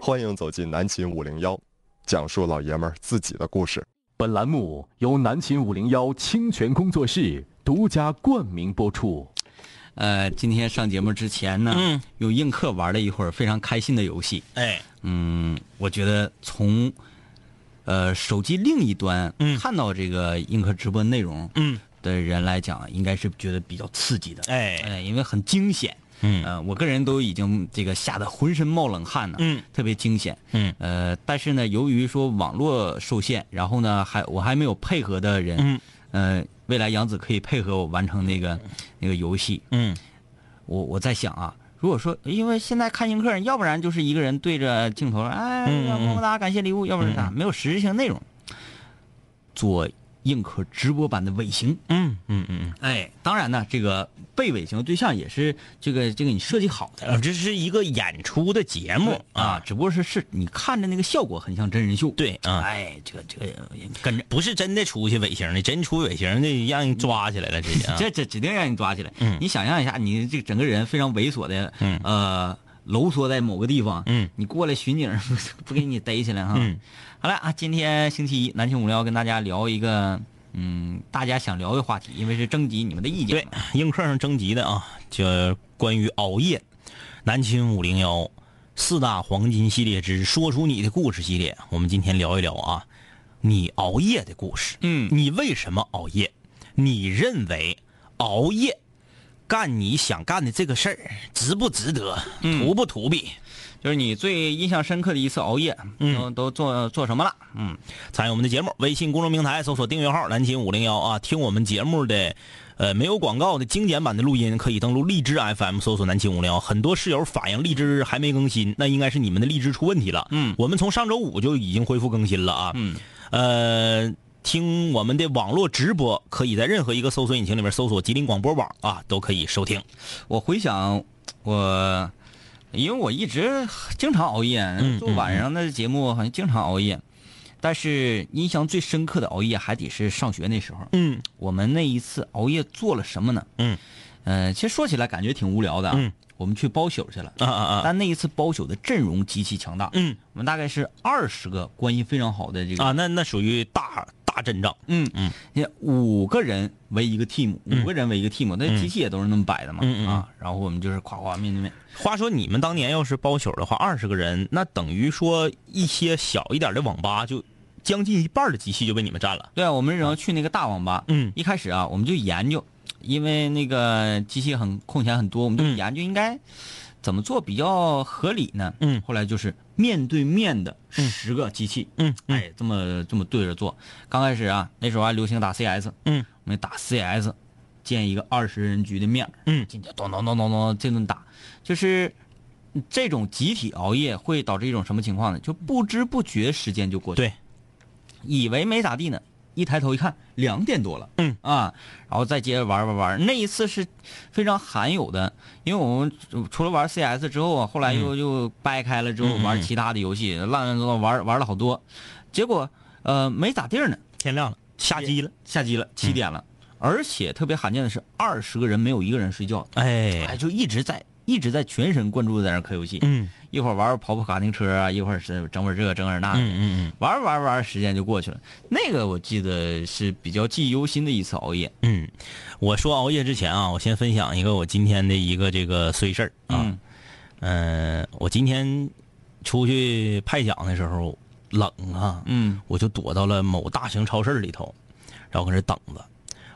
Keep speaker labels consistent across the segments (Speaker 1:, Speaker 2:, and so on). Speaker 1: 欢迎走进南秦五零幺，讲述老爷们儿自己的故事。
Speaker 2: 本栏目由南秦五零幺清泉工作室独家冠名播出。
Speaker 3: 呃，今天上节目之前呢，
Speaker 4: 嗯
Speaker 3: 有映客玩了一会儿非常开心的游戏。
Speaker 4: 哎，
Speaker 3: 嗯，我觉得从呃手机另一端
Speaker 4: 嗯
Speaker 3: 看到这个映客直播内容
Speaker 4: 嗯，
Speaker 3: 的人来讲，应该是觉得比较刺激的。
Speaker 4: 哎
Speaker 3: 哎，因为很惊险。
Speaker 4: 嗯
Speaker 3: 呃，我个人都已经这个吓得浑身冒冷汗呢，
Speaker 4: 嗯，
Speaker 3: 特别惊险，
Speaker 4: 嗯，
Speaker 3: 呃，但是呢，由于说网络受限，然后呢，还我还没有配合的人，
Speaker 4: 嗯，
Speaker 3: 呃，未来杨子可以配合我完成那个那个游戏，
Speaker 4: 嗯，
Speaker 3: 我我在想啊，如果说因为现在看映客，要不然就是一个人对着镜头，哎，
Speaker 4: 嗯嗯
Speaker 3: 么么哒，感谢礼物，要不然啥，没有实质性内容。做映客直播版的尾行，
Speaker 4: 嗯，嗯，嗯，
Speaker 3: 哎，当然呢，这个被尾行的对象也是这个这个你设计好的
Speaker 4: 呃这是一个演出的节目
Speaker 3: 啊，
Speaker 4: 啊，
Speaker 3: 只不过是是你看着那个效果很像真人秀，
Speaker 4: 对啊
Speaker 3: 哎，这个这个跟着。
Speaker 4: 不是真的出去尾行的，真出尾行的让人抓起来了，直接 啊，
Speaker 3: 这这指定让你抓起来。
Speaker 4: 嗯
Speaker 3: 你想象一下，你这整个人非常猥琐的，
Speaker 4: 嗯
Speaker 3: 呃，楼缩在某个地方，
Speaker 4: 嗯
Speaker 3: 你过来巡警 不给你逮起来哈。
Speaker 4: 嗯
Speaker 3: 好了啊，今天星期一，南青无聊跟大家聊一个，嗯，大家想聊的话题，因为是征集你们的意见
Speaker 4: 对
Speaker 3: 嘛。，
Speaker 4: 映客上征集的啊，就关于熬夜，南秦五零幺四大黄金系列之说出你的故事系列，我们今天聊一聊啊，你熬夜的故事。
Speaker 3: 嗯
Speaker 4: 你为什么熬夜？你认为熬夜干你想干的这个事儿值不值得？
Speaker 3: 嗯
Speaker 4: 图不图弊？
Speaker 3: 就是你最印象深刻的一次熬夜，都都做做什么了？嗯，
Speaker 4: 参与我们的节目，微信公众平台搜索订阅号“南秦五零幺”啊，听我们节目的，呃，没有广告的精简版的录音，可以登录荔枝 FM 搜索“南秦五零幺”。很多室友反映荔枝还没更新，那应该是你们的荔枝出问题了。
Speaker 3: 嗯
Speaker 4: 我们从上周五就已经恢复更新了啊。
Speaker 3: 嗯，
Speaker 4: 呃。听我们的网络直播，可以在任何一个搜索引擎里面搜索“吉林广播网”啊，都可以收听。
Speaker 3: 我回想我，因为我一直经常熬夜，
Speaker 4: 嗯
Speaker 3: 做晚上的节目好像经常熬夜，但是印象最深刻的熬夜还得是上学那时候。
Speaker 4: 嗯
Speaker 3: 我们那一次熬夜做了什么呢？
Speaker 4: 嗯，
Speaker 3: 呃，其实说起来感觉挺无聊的啊。
Speaker 4: 嗯，
Speaker 3: 我们去包宿去了，
Speaker 4: 啊啊啊！
Speaker 3: 但那一次包宿的阵容极其强大。
Speaker 4: 嗯
Speaker 3: 我们大概是二十个关系非常好的这个
Speaker 4: 啊，那那属于大大阵仗。
Speaker 3: 嗯
Speaker 4: 嗯，
Speaker 3: 你看五个人为一个 team，五个人为一个 team，那机器也都是那么摆的嘛
Speaker 4: 嗯嗯嗯嗯
Speaker 3: 啊。然后我们就是夸夸面对面，
Speaker 4: 话说你们当年要是包宿的话，二十个人，那等于说一些小一点的网吧就将近一半的机器就被你们占了。
Speaker 3: 对啊，我们然后去那个大网吧，
Speaker 4: 嗯
Speaker 3: 一开始啊，我们就研究，因为那个机器很空闲很多，我们就
Speaker 4: 嗯
Speaker 3: 研究应该怎么做比较合理呢？
Speaker 4: 嗯
Speaker 3: 后来就是面对面的十个机器，
Speaker 4: 嗯嗯
Speaker 3: 哎，这么这么对着做。刚开始啊，那时候还流行打 CS，
Speaker 4: 嗯，
Speaker 3: 我们打 CS，建一个二十人局的面儿
Speaker 4: 嗯
Speaker 3: 进去咚咚咚咚咚这顿打，就是。这种集体熬夜会导致一种什么情况呢？就不知不觉时间就过去了
Speaker 4: 对，
Speaker 3: 以为没咋地呢，一抬头一看，两点多了。
Speaker 4: 嗯
Speaker 3: 啊，然后再接着玩玩玩。那一次是非常罕有的，因为我们除除了玩 CS 之后啊，后来又、又掰开了之后
Speaker 4: 嗯嗯嗯嗯
Speaker 3: 玩其他的游戏，乱乱糟糟玩玩了好多，结果呃没咋地儿呢，
Speaker 4: 天亮了，下机了。
Speaker 3: 下机了，
Speaker 4: 嗯
Speaker 3: 七点了，而且特别罕见的是，二十个人没有一个人睡觉，哎，
Speaker 4: 哎，
Speaker 3: 就一直在一直在全神贯注地在那儿磕游戏，
Speaker 4: 嗯
Speaker 3: 一会儿玩跑跑卡丁车啊，一会儿是整会儿这个整会儿那个。
Speaker 4: 嗯嗯
Speaker 3: 玩儿玩儿玩儿，时间就过去了。那个我记得是比较记忆犹新的一次熬夜。
Speaker 4: 嗯嗯，我说熬夜之前啊，我先分享一个我今天的一个这个碎事儿啊
Speaker 3: 嗯。
Speaker 4: 嗯、我今天出去派奖的时候冷啊，
Speaker 3: 嗯
Speaker 4: 我就躲到了某大型超市里头，然后搁这等着。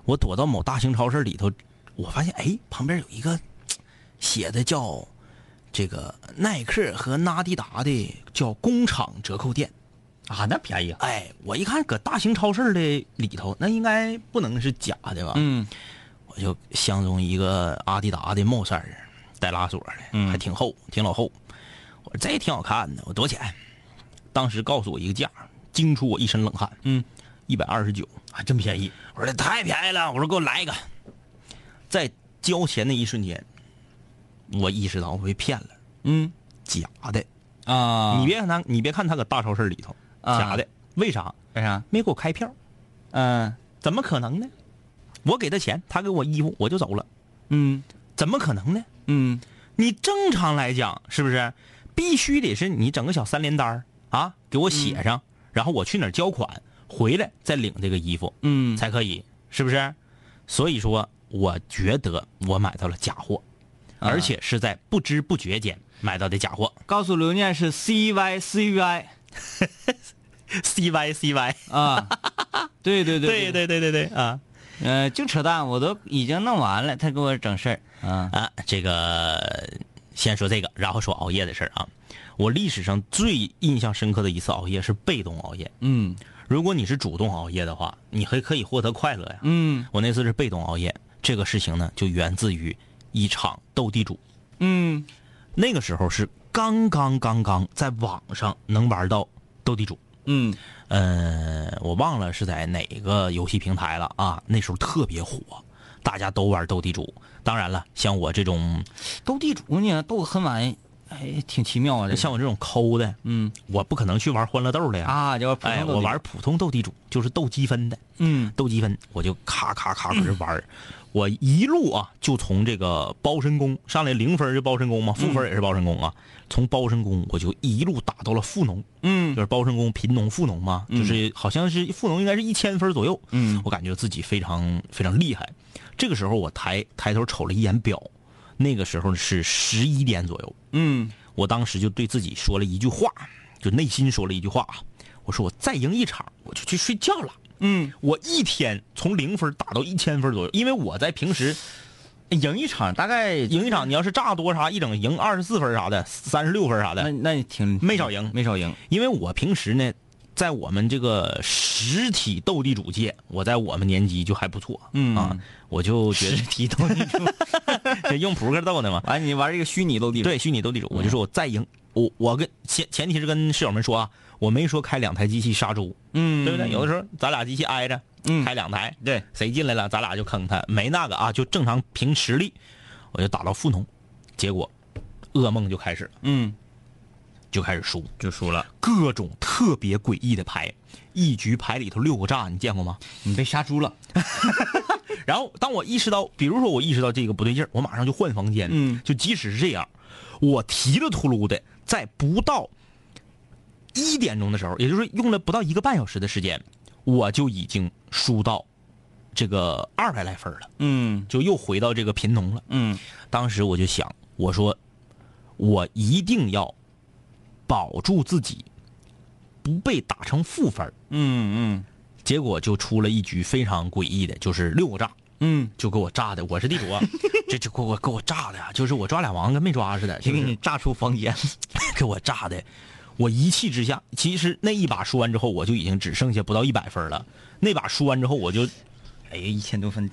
Speaker 4: 我躲到某大型超市里头，我发现哎，旁边有一个写的叫这个耐克和纳迪达的叫工厂折扣店。
Speaker 3: 啊，那便宜啊。
Speaker 4: 哎，我一看搁大型超市的里头，那应该不能是假的吧？
Speaker 3: 嗯
Speaker 4: 我就相中一个阿迪达的帽衫儿，带拉锁的，还挺厚，挺老厚。我说这挺好看的，我多少钱？当时告诉我一个价，惊出我一身冷汗。
Speaker 3: 嗯，
Speaker 4: 一百二十九，还真便宜。我说这太便宜了，我说给我来一个。在交钱的一瞬间，我意识到我被骗了，
Speaker 3: 嗯
Speaker 4: 假的。
Speaker 3: 啊，
Speaker 4: 你别看他，你别看他搁大超市里头，
Speaker 3: 啊
Speaker 4: 假的。为啥？
Speaker 3: 为啥？
Speaker 4: 没给我开票，
Speaker 3: 嗯
Speaker 4: 怎么可能呢？我给他钱，他给我衣服，我就走了，
Speaker 3: 嗯
Speaker 4: 怎么可能呢？
Speaker 3: 嗯
Speaker 4: 你正常来讲，是不是？必须得是你整个小三联单儿啊，给我写上，然后我去哪儿交款，回来再领这个衣服，
Speaker 3: 嗯，
Speaker 4: 才可以，是不是？所以说，我觉得我买到了假货，而且是在不知不觉间买到的假货。
Speaker 3: 告诉刘念是 C Y C Y
Speaker 4: C Y C Y，
Speaker 3: 啊，对对
Speaker 4: 对
Speaker 3: 对，
Speaker 4: 对对对对啊
Speaker 3: 呃，净扯淡，我都已经弄完了，他给我整事儿啊，
Speaker 4: 啊！这个先说这个，然后说熬夜的事儿啊。我历史上最印象深刻的一次熬夜是被动熬夜。
Speaker 3: 嗯
Speaker 4: 如果你是主动熬夜的话，你还可以获得快乐呀。
Speaker 3: 嗯
Speaker 4: 我那次是被动熬夜，这个事情呢，就源自于一场斗地主。
Speaker 3: 嗯
Speaker 4: 那个时候是刚刚刚刚在网上能玩到斗地主，
Speaker 3: 嗯
Speaker 4: 呃，我忘了是在哪个游戏平台了啊。那时候特别火，大家都玩斗地主。当然了，像我这种
Speaker 3: 斗地主呢，斗很晚，哎，挺奇妙啊，这个
Speaker 4: 像我这种抠的，
Speaker 3: 嗯
Speaker 4: 我不可能去玩欢乐豆的呀。
Speaker 3: 啊，叫普
Speaker 4: 哎，
Speaker 3: 通斗地主
Speaker 4: 我玩普通斗地主，就是斗积分的。
Speaker 3: 嗯
Speaker 4: 斗积分，我就咔咔咔搁这玩儿、我一路啊就从这个包身工上来零分就包身工嘛，负分
Speaker 3: 嗯
Speaker 4: 也是包身工啊，从包身工我就一路打到了富农，
Speaker 3: 嗯
Speaker 4: 就是包身工、贫农、富农嘛，就是好像是富农应该是一千分左右，
Speaker 3: 嗯
Speaker 4: 我感觉自己非常非常厉害。这个时候我抬抬头瞅了一眼表，那个时候是十一点左右，
Speaker 3: 嗯
Speaker 4: 我当时就对自己说了一句话，就内心说了一句话啊，我说我再赢一场我就去睡觉了。
Speaker 3: 嗯
Speaker 4: 我一天从零分打到一千分左右，因为我在平时赢一场，大概赢一场，你要是炸多啥，一整赢二十四分啥的，三十六分啥
Speaker 3: 那
Speaker 4: 的。
Speaker 3: 那你挺
Speaker 4: 没少赢
Speaker 3: 没少赢，
Speaker 4: 因为我平时呢，在我们这个实体斗地主界，我在我们年级就还不错，
Speaker 3: 嗯
Speaker 4: 啊，我就觉得实体 斗地主，这用扑克斗的嘛，
Speaker 3: 完你玩这个虚拟斗地主，
Speaker 4: 对，虚拟
Speaker 3: 嗯
Speaker 4: 斗地主，我就说我再赢，我我跟前前提是跟室友们说啊，我没说开两台机器杀猪，
Speaker 3: 嗯
Speaker 4: 对不对？有的时候咱俩机器挨着，
Speaker 3: 嗯
Speaker 4: 开两台，
Speaker 3: 对，
Speaker 4: 谁进来了咱俩就坑他，没那个啊，就正常凭实力，我就打到富农，结果噩梦就开始了，
Speaker 3: 嗯
Speaker 4: 就开始输，就输了，各种特别诡异的牌，一局牌里头六个炸，你见过吗？
Speaker 3: 你被杀猪了，
Speaker 4: 然后当我意识到，比如说我意识到这个不对劲儿，我马上就换房间。
Speaker 3: 嗯，
Speaker 4: 就即使是这样，我提了秃噜的，在不到一点钟的时候，也就是用了不到一个半小时的时间，我就已经输到这个二百来分了，
Speaker 3: 嗯
Speaker 4: 就又回到这个贫农了。
Speaker 3: 嗯
Speaker 4: 当时我就想，我说我一定要保住自己，不被打成负分儿。
Speaker 3: 嗯
Speaker 4: 结果就出了一局非常诡异的，就是六个炸。
Speaker 3: 嗯嗯，
Speaker 4: 就给我炸的，我是地主 啊，这这给我给我炸的呀、就是我抓俩王跟没抓似的，就
Speaker 3: 就给
Speaker 4: 给
Speaker 3: 你
Speaker 4: 你
Speaker 3: 炸出房间，
Speaker 4: 给我炸的，我一气之下，其实那一把输完之后，我就已经只剩下不到一百分了。那把输完之后，我就
Speaker 3: 哎呀，一千 多分，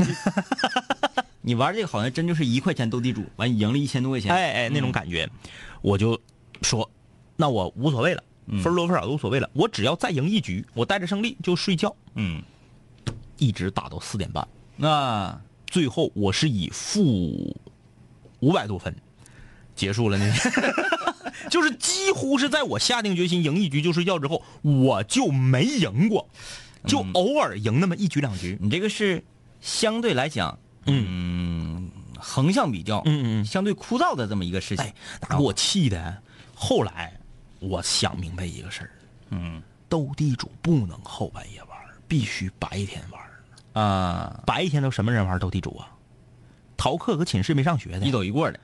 Speaker 3: 你玩这个好像真就是一块钱斗地主，完赢了一千多块钱，
Speaker 4: 哎哎那种感觉，我就说，那我无所谓了，分多分少都无所谓了，我只要再赢一局，我带着胜利就睡觉，
Speaker 3: 嗯，
Speaker 4: 一直打到四点半，
Speaker 3: 那
Speaker 4: 最后我是以负五百多分结束了那天，就是几乎是在我下定决心赢一局就睡觉之后，我就没赢过，就偶尔赢那么一局两局。
Speaker 3: 你这个是相对来讲，嗯，横向比较，
Speaker 4: 嗯嗯嗯
Speaker 3: 相对枯燥的这么一个事情
Speaker 4: 哎，，那给我气的。后来我想明白一个事儿，嗯，斗地主不能后半夜玩儿，必须白天玩儿。
Speaker 3: 啊，
Speaker 4: 白天都什么人玩儿斗地主啊？逃课搁寝室没上学的
Speaker 3: 一，走一过的，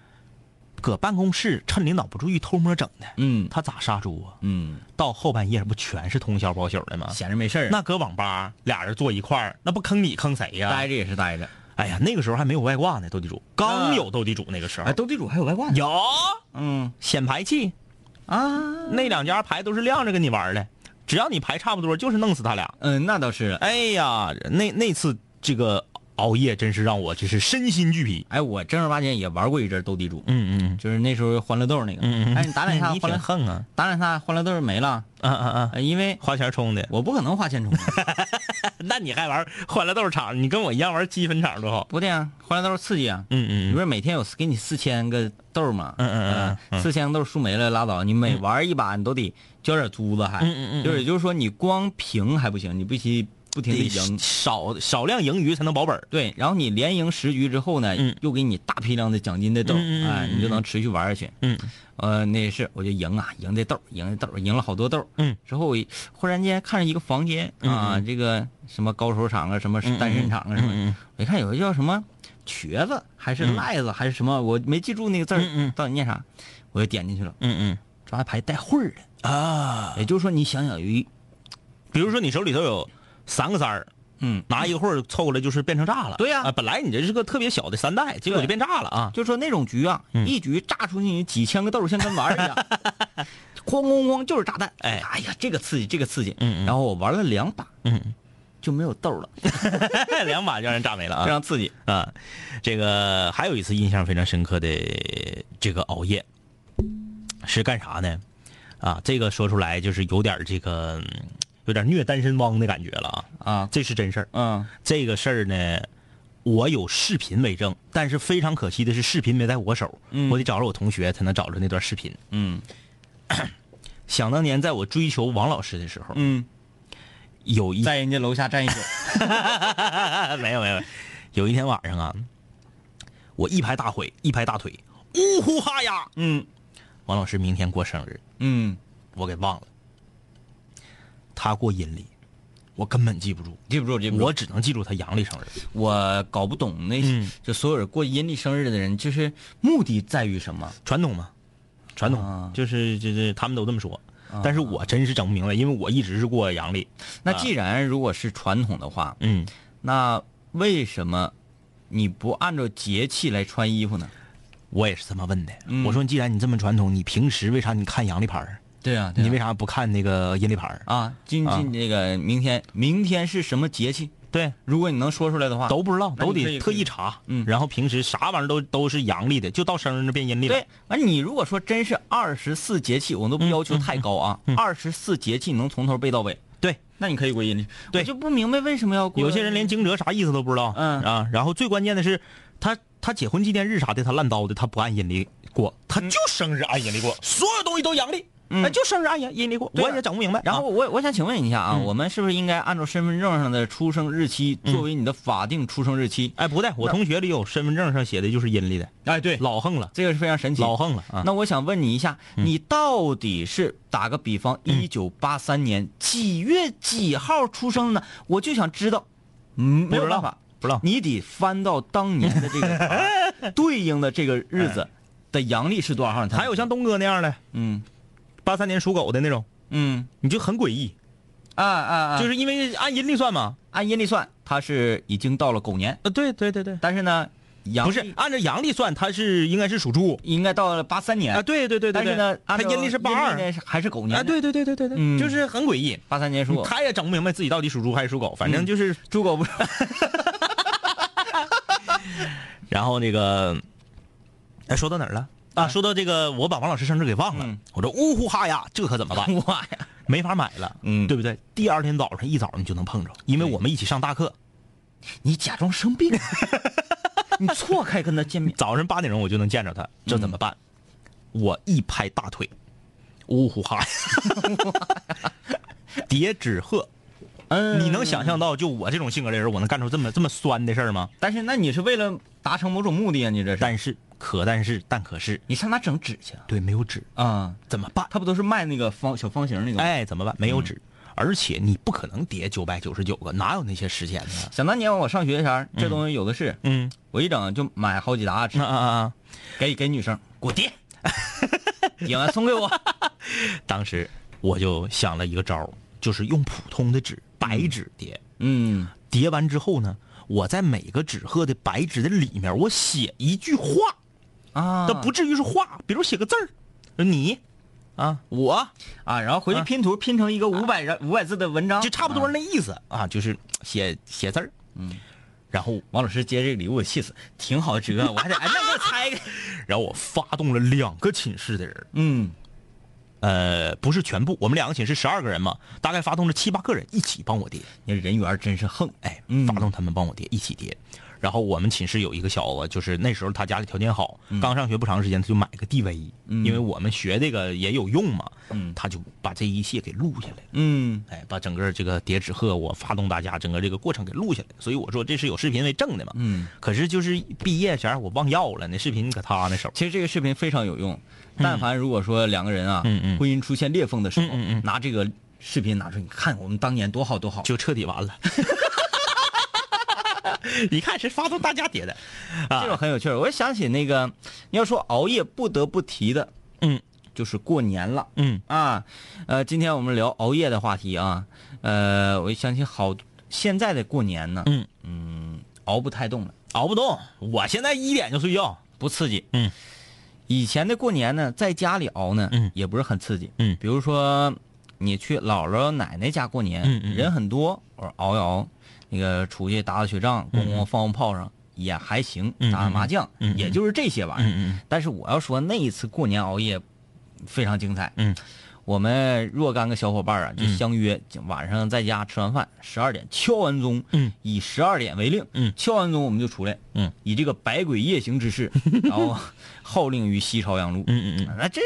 Speaker 4: 搁办公室趁领导不注意偷摸整的。
Speaker 3: 嗯
Speaker 4: 他咋杀猪啊？
Speaker 3: 嗯，
Speaker 4: 到后半夜不全是通宵包宿的吗？
Speaker 3: 闲着没事儿，
Speaker 4: 那搁网吧俩人坐一块儿，那不坑你坑谁呀、
Speaker 3: 待着也是待着，
Speaker 4: 哎呀，那个时候还没有外挂呢，斗地主刚有斗地主那个时候，
Speaker 3: 哎，斗地主还有外挂呢，
Speaker 4: 有
Speaker 3: 嗯
Speaker 4: 显牌器，
Speaker 3: 啊，
Speaker 4: 那两家牌都是亮着跟你玩的，只要你牌差不多，就是弄死他俩。
Speaker 3: 嗯，那倒是，
Speaker 4: 哎呀，那那次这个熬夜真是让我真是身心俱疲。
Speaker 3: 哎，我正儿八经也玩过一阵斗地主，
Speaker 4: 嗯嗯
Speaker 3: 就是那时候欢乐豆那个，
Speaker 4: 嗯嗯，
Speaker 3: 哎，你打两下
Speaker 4: 你
Speaker 3: 欢
Speaker 4: 挺
Speaker 3: 乐，
Speaker 4: 横啊，
Speaker 3: 打两下欢乐豆没了，
Speaker 4: 啊啊啊，
Speaker 3: 呃因为
Speaker 4: 花钱充的，
Speaker 3: 我不可能花钱充，
Speaker 4: 那你还玩欢乐豆场？你跟我一样玩积分场多好。
Speaker 3: 不对啊，欢乐豆刺激啊，
Speaker 4: 嗯嗯
Speaker 3: 你不是每天有给你四千个豆嘛？
Speaker 4: 嗯嗯嗯
Speaker 3: 呃四千个豆输没了拉倒，你每玩一把你都得交点租子还，
Speaker 4: 嗯嗯嗯嗯
Speaker 3: 就是就是说你光平还不行，你必须不停的赢。
Speaker 4: 少少量盈余才能保本儿。
Speaker 3: 对，然后你连赢十局之后呢，
Speaker 4: 嗯
Speaker 3: 又给你大批量的奖金的豆，
Speaker 4: 嗯嗯嗯
Speaker 3: 哎，你就能持续玩下去。
Speaker 4: 嗯，
Speaker 3: 呃，那也是，我就赢啊，赢这豆，赢这豆，赢了好多豆。
Speaker 4: 嗯，
Speaker 3: 之后忽然间看着一个房间啊，这个什么高手场啊，什么单身场啊，什么，
Speaker 4: 嗯嗯
Speaker 3: 我一看有个叫什么瘸子还是癞子、还是什么，我没记住那个字儿、
Speaker 4: 嗯嗯
Speaker 3: 到底念啥，我就点进去了，
Speaker 4: 嗯
Speaker 3: 这玩意儿牌带混儿的，
Speaker 4: 嗯啊，
Speaker 3: 也就是说你想想有一，
Speaker 4: 比如说你手里头有三个三儿，
Speaker 3: 嗯，
Speaker 4: 拿一会儿凑过来就是变成炸了。
Speaker 3: 对呀
Speaker 4: 啊，本来你这是个特别小的三代，结果
Speaker 3: 对
Speaker 4: 就变炸了啊。
Speaker 3: 就说那种局啊，一局炸出去几千个豆儿，像跟玩儿一 样，哐哐哐就是炸弹。
Speaker 4: 哎
Speaker 3: 哎呀，这个刺激，这个刺激。
Speaker 4: 嗯嗯
Speaker 3: 然后我玩了两把，
Speaker 4: 嗯，
Speaker 3: 就没有豆儿了，
Speaker 4: 两把就让人炸没了
Speaker 3: 非
Speaker 4: 啊
Speaker 3: 常刺激。
Speaker 4: 啊！这个还有一次印象非常深刻的这个熬夜是干啥呢？啊，这个说出来就是有点儿这个嗯有点儿虐单身汪的感觉了啊。
Speaker 3: 啊，
Speaker 4: 这是真事儿。
Speaker 3: 嗯
Speaker 4: 这个事儿呢，我有视频为证，但是非常可惜的是，视频没在我手，
Speaker 3: 嗯
Speaker 4: 我得找着我同学才能找着那段视频。
Speaker 3: 嗯
Speaker 4: 想当年，在我追求王老师的时候，
Speaker 3: 嗯，
Speaker 4: 有一
Speaker 3: 在人家楼下站一宿。
Speaker 4: 没有没有，有一天晚上啊，我一拍大腿，一拍大腿，呜呼哈呀，
Speaker 3: 嗯
Speaker 4: 王老师明天过生日，
Speaker 3: 嗯，
Speaker 4: 我给忘了，他过阴历，我根本记不住，
Speaker 3: 记不住，记不住。
Speaker 4: 我只能记住他阳历生日。
Speaker 3: 我搞不懂那
Speaker 4: 嗯
Speaker 3: 就所有人过阴历生日的人，就是目的在于什么？
Speaker 4: 传统嘛，传统、
Speaker 3: 啊
Speaker 4: 就是就是他们都这么说，但是我真是整不明白，因为我一直是过阳历，
Speaker 3: 那既然如果是传统的话，
Speaker 4: 嗯，
Speaker 3: 那为什么你不按照节气来穿衣服呢？
Speaker 4: 我也是这么问的。
Speaker 3: 嗯
Speaker 4: 我说，既然你这么传统，你平时为啥你看阳历牌儿、
Speaker 3: 对啊，
Speaker 4: 你为啥不看那个阴历牌儿？
Speaker 3: 啊，今
Speaker 4: 啊
Speaker 3: 今那个明天，明天是什么节气？
Speaker 4: 对，
Speaker 3: 如果你能说出来的话，
Speaker 4: 都不知道，
Speaker 3: 啊那你
Speaker 4: 都
Speaker 3: 可以
Speaker 4: 得特
Speaker 3: 可以
Speaker 4: 意查。
Speaker 3: 嗯
Speaker 4: 然后平时啥玩意儿都都是阳历的，就到生日那变阴历了。
Speaker 3: 对。完，你如果说真是二十四节气，我都
Speaker 4: 嗯
Speaker 3: 不要求太高啊，二十四节气能从头背到尾，
Speaker 4: 对
Speaker 3: 那你可以归阴历。
Speaker 4: 对
Speaker 3: 我就不明白为什么要过
Speaker 4: 有些人连惊蛰啥意思都不知道。
Speaker 3: 嗯
Speaker 4: 啊，然后最关键的是，他他结婚纪念日啥的，他烂刀的，他不按阴历过，他就生日按阴历过，嗯 所有东西都阳历，
Speaker 3: 嗯
Speaker 4: 哎，就生日按阴阴历过，
Speaker 3: 对啊
Speaker 4: 我也整不明白。
Speaker 3: 然
Speaker 4: 啊嗯
Speaker 3: 后我我想请问一下啊，我们是不是应该按照身份证上的出生日期作为你的法定出生日期？
Speaker 4: 哎，不对，我同学里有身份证上写的就是阴历的，
Speaker 3: 哎，对，
Speaker 4: 老横了，
Speaker 3: 这个是非常神奇。
Speaker 4: 老横了啊！嗯
Speaker 3: 那我想问你一下，你到底是打个比方，一九八三年几月几号出生的呢？我就想知道，嗯，没
Speaker 4: 不
Speaker 3: 有
Speaker 4: 知
Speaker 3: 办
Speaker 4: 道
Speaker 3: 法，，
Speaker 4: 不知道，
Speaker 3: 你得翻到当年的这 个查对应的这个日子的阳历是多少号？你才
Speaker 4: 哎还有像东哥那样的，
Speaker 3: 嗯
Speaker 4: 八三年属狗的那种，
Speaker 3: 嗯
Speaker 4: 你就很诡异，
Speaker 3: 啊啊啊，
Speaker 4: 就是是因为按阴历算嘛。
Speaker 3: 按阴历算，他是已经到了狗年，
Speaker 4: 呃，对对对对，
Speaker 3: 但是呢，阳历
Speaker 4: 不是按照阳历算，他是应该是属猪
Speaker 3: 应该到了八三年
Speaker 4: 啊。对对对对，
Speaker 3: 但是呢
Speaker 4: 对，
Speaker 3: 按
Speaker 4: 他
Speaker 3: 照
Speaker 4: 阴历是八二
Speaker 3: 阴历呢还是狗年？
Speaker 4: 啊，，对对对对对
Speaker 3: 嗯
Speaker 4: 对，就是很诡异。
Speaker 3: 八三年属狗，
Speaker 4: 他也整不明白自己到底属猪还是属狗，反
Speaker 3: 嗯
Speaker 4: 正就是。
Speaker 3: 猪狗不是？
Speaker 4: 然后那个，哎，说到哪儿了？啊，说到这个，我把王老师生日给忘了
Speaker 3: 嗯。
Speaker 4: 我说呜呼哈呀，这可怎 么办？
Speaker 3: 我呀，
Speaker 4: 没法买了，
Speaker 3: 嗯
Speaker 4: 对不对？第二天早上一早你就能碰着，因为我们一起上大课，
Speaker 3: 你假装生 病，你错开跟他见面。
Speaker 4: 早上八点钟我就能见
Speaker 3: 嗯
Speaker 4: 着他，这怎么办？我一拍大腿，呜呼哈呀， 叠纸鹤，
Speaker 3: 嗯
Speaker 4: 你能想象到就我这种性格的人，我能干出这么这么酸的事儿吗？
Speaker 3: 但是那你是为了达成某种目的啊？你这是？
Speaker 4: 但是可但是但可是，
Speaker 3: 你上哪整纸去啊？
Speaker 4: 对，没有纸
Speaker 3: 啊，
Speaker 4: 怎么办？
Speaker 3: 他不都是卖那个方小方形那个？，
Speaker 4: 哎，怎么办？没有纸，而且你不可能叠九百九十九个，哪有那些时间呢？
Speaker 3: 想当年我上学前儿，这东西有的是，
Speaker 4: 嗯，
Speaker 3: 我一整就买好几沓纸
Speaker 4: 啊，啊啊！
Speaker 3: 给给女生，
Speaker 4: 给我叠。嗯
Speaker 3: 点完送给 我。
Speaker 4: 当时我就想了一个招儿，就是用普通的纸，白纸叠。
Speaker 3: 嗯，
Speaker 4: 叠完之后呢，我在每个纸鹤的白纸的里面，我写一句话，
Speaker 3: 啊，
Speaker 4: 但不至于是话，比如写个字儿，你啊，我嗯
Speaker 3: 啊，然后回去拼图拼成一个五百人五百字的文章，嗯
Speaker 4: 就差不多那意思啊，就是写写字儿。嗯，然后
Speaker 3: 王老师接这个礼物，我气死，挺好折啊，我还得哎，那给我猜 一个。
Speaker 4: 然后我发动了两个寝室的人，
Speaker 3: 嗯，
Speaker 4: 呃，不是全部，我们两个寝室十二个人嘛，大概发动了七八个人一起帮我叠，
Speaker 3: 你人缘真是横，
Speaker 4: 哎
Speaker 3: 嗯，
Speaker 4: 发动他们帮我叠，一起叠。然后我们寝室有一个小子，就是那时候他家里条件好，
Speaker 3: 嗯
Speaker 4: 刚上学不长时间，他就买个 DV，、因为我们学这个也有用嘛，他就把这一切给录下来了。
Speaker 3: 嗯
Speaker 4: 哎，把整个这个叠纸鹤我发动大家整个这个过程给录下来，所以我说这是有视频为证的嘛。
Speaker 3: 嗯，
Speaker 4: 可是就是毕业前我忘要了，那视频搁他那手。
Speaker 3: 其实这个视频非常有用。但凡如果说两个人啊，
Speaker 4: 嗯嗯
Speaker 3: 婚姻出现裂缝的时候，
Speaker 4: 嗯嗯嗯
Speaker 3: 拿这个视频拿出来，你看我们当年多好多好。
Speaker 4: 就彻底完了。一看是发动大家叠的，
Speaker 3: 这种很有趣儿。我想起那个，你要说熬夜不得不提的，
Speaker 4: 嗯，
Speaker 3: 就是过年了。
Speaker 4: 嗯
Speaker 3: 啊，呃，今天我们聊熬夜的话题啊，呃，我一想起好现在的过年呢，
Speaker 4: 嗯
Speaker 3: 嗯熬不太动了，
Speaker 4: 熬不动。我现在一点就睡觉，
Speaker 3: 不刺激。
Speaker 4: 嗯，
Speaker 3: 以前的过年呢，在家里熬呢，
Speaker 4: 嗯
Speaker 3: 也不是很刺激。
Speaker 4: 嗯
Speaker 3: 比如说你去姥姥奶奶家过年，
Speaker 4: 嗯嗯嗯
Speaker 3: 人很多，我说熬一熬，那个出去打打雪仗，咣咣放放炮仗。也还行，
Speaker 4: 嗯嗯嗯
Speaker 3: 打打麻将，
Speaker 4: 嗯嗯
Speaker 3: 也就是这些玩意儿。
Speaker 4: 嗯嗯
Speaker 3: 但是我要说那一次过年熬夜非常精彩。
Speaker 4: 嗯，
Speaker 3: 我们若干个小伙伴啊，就相约、晚上在家吃完饭，十二点敲完钟，
Speaker 4: 嗯，
Speaker 3: 以十二点为令，
Speaker 4: 嗯
Speaker 3: 敲完钟我们就出来，
Speaker 4: 嗯，
Speaker 3: 以这个百鬼夜行之 势，然后号令于西朝阳路。啊
Speaker 4: 嗯嗯嗯，
Speaker 3: 那这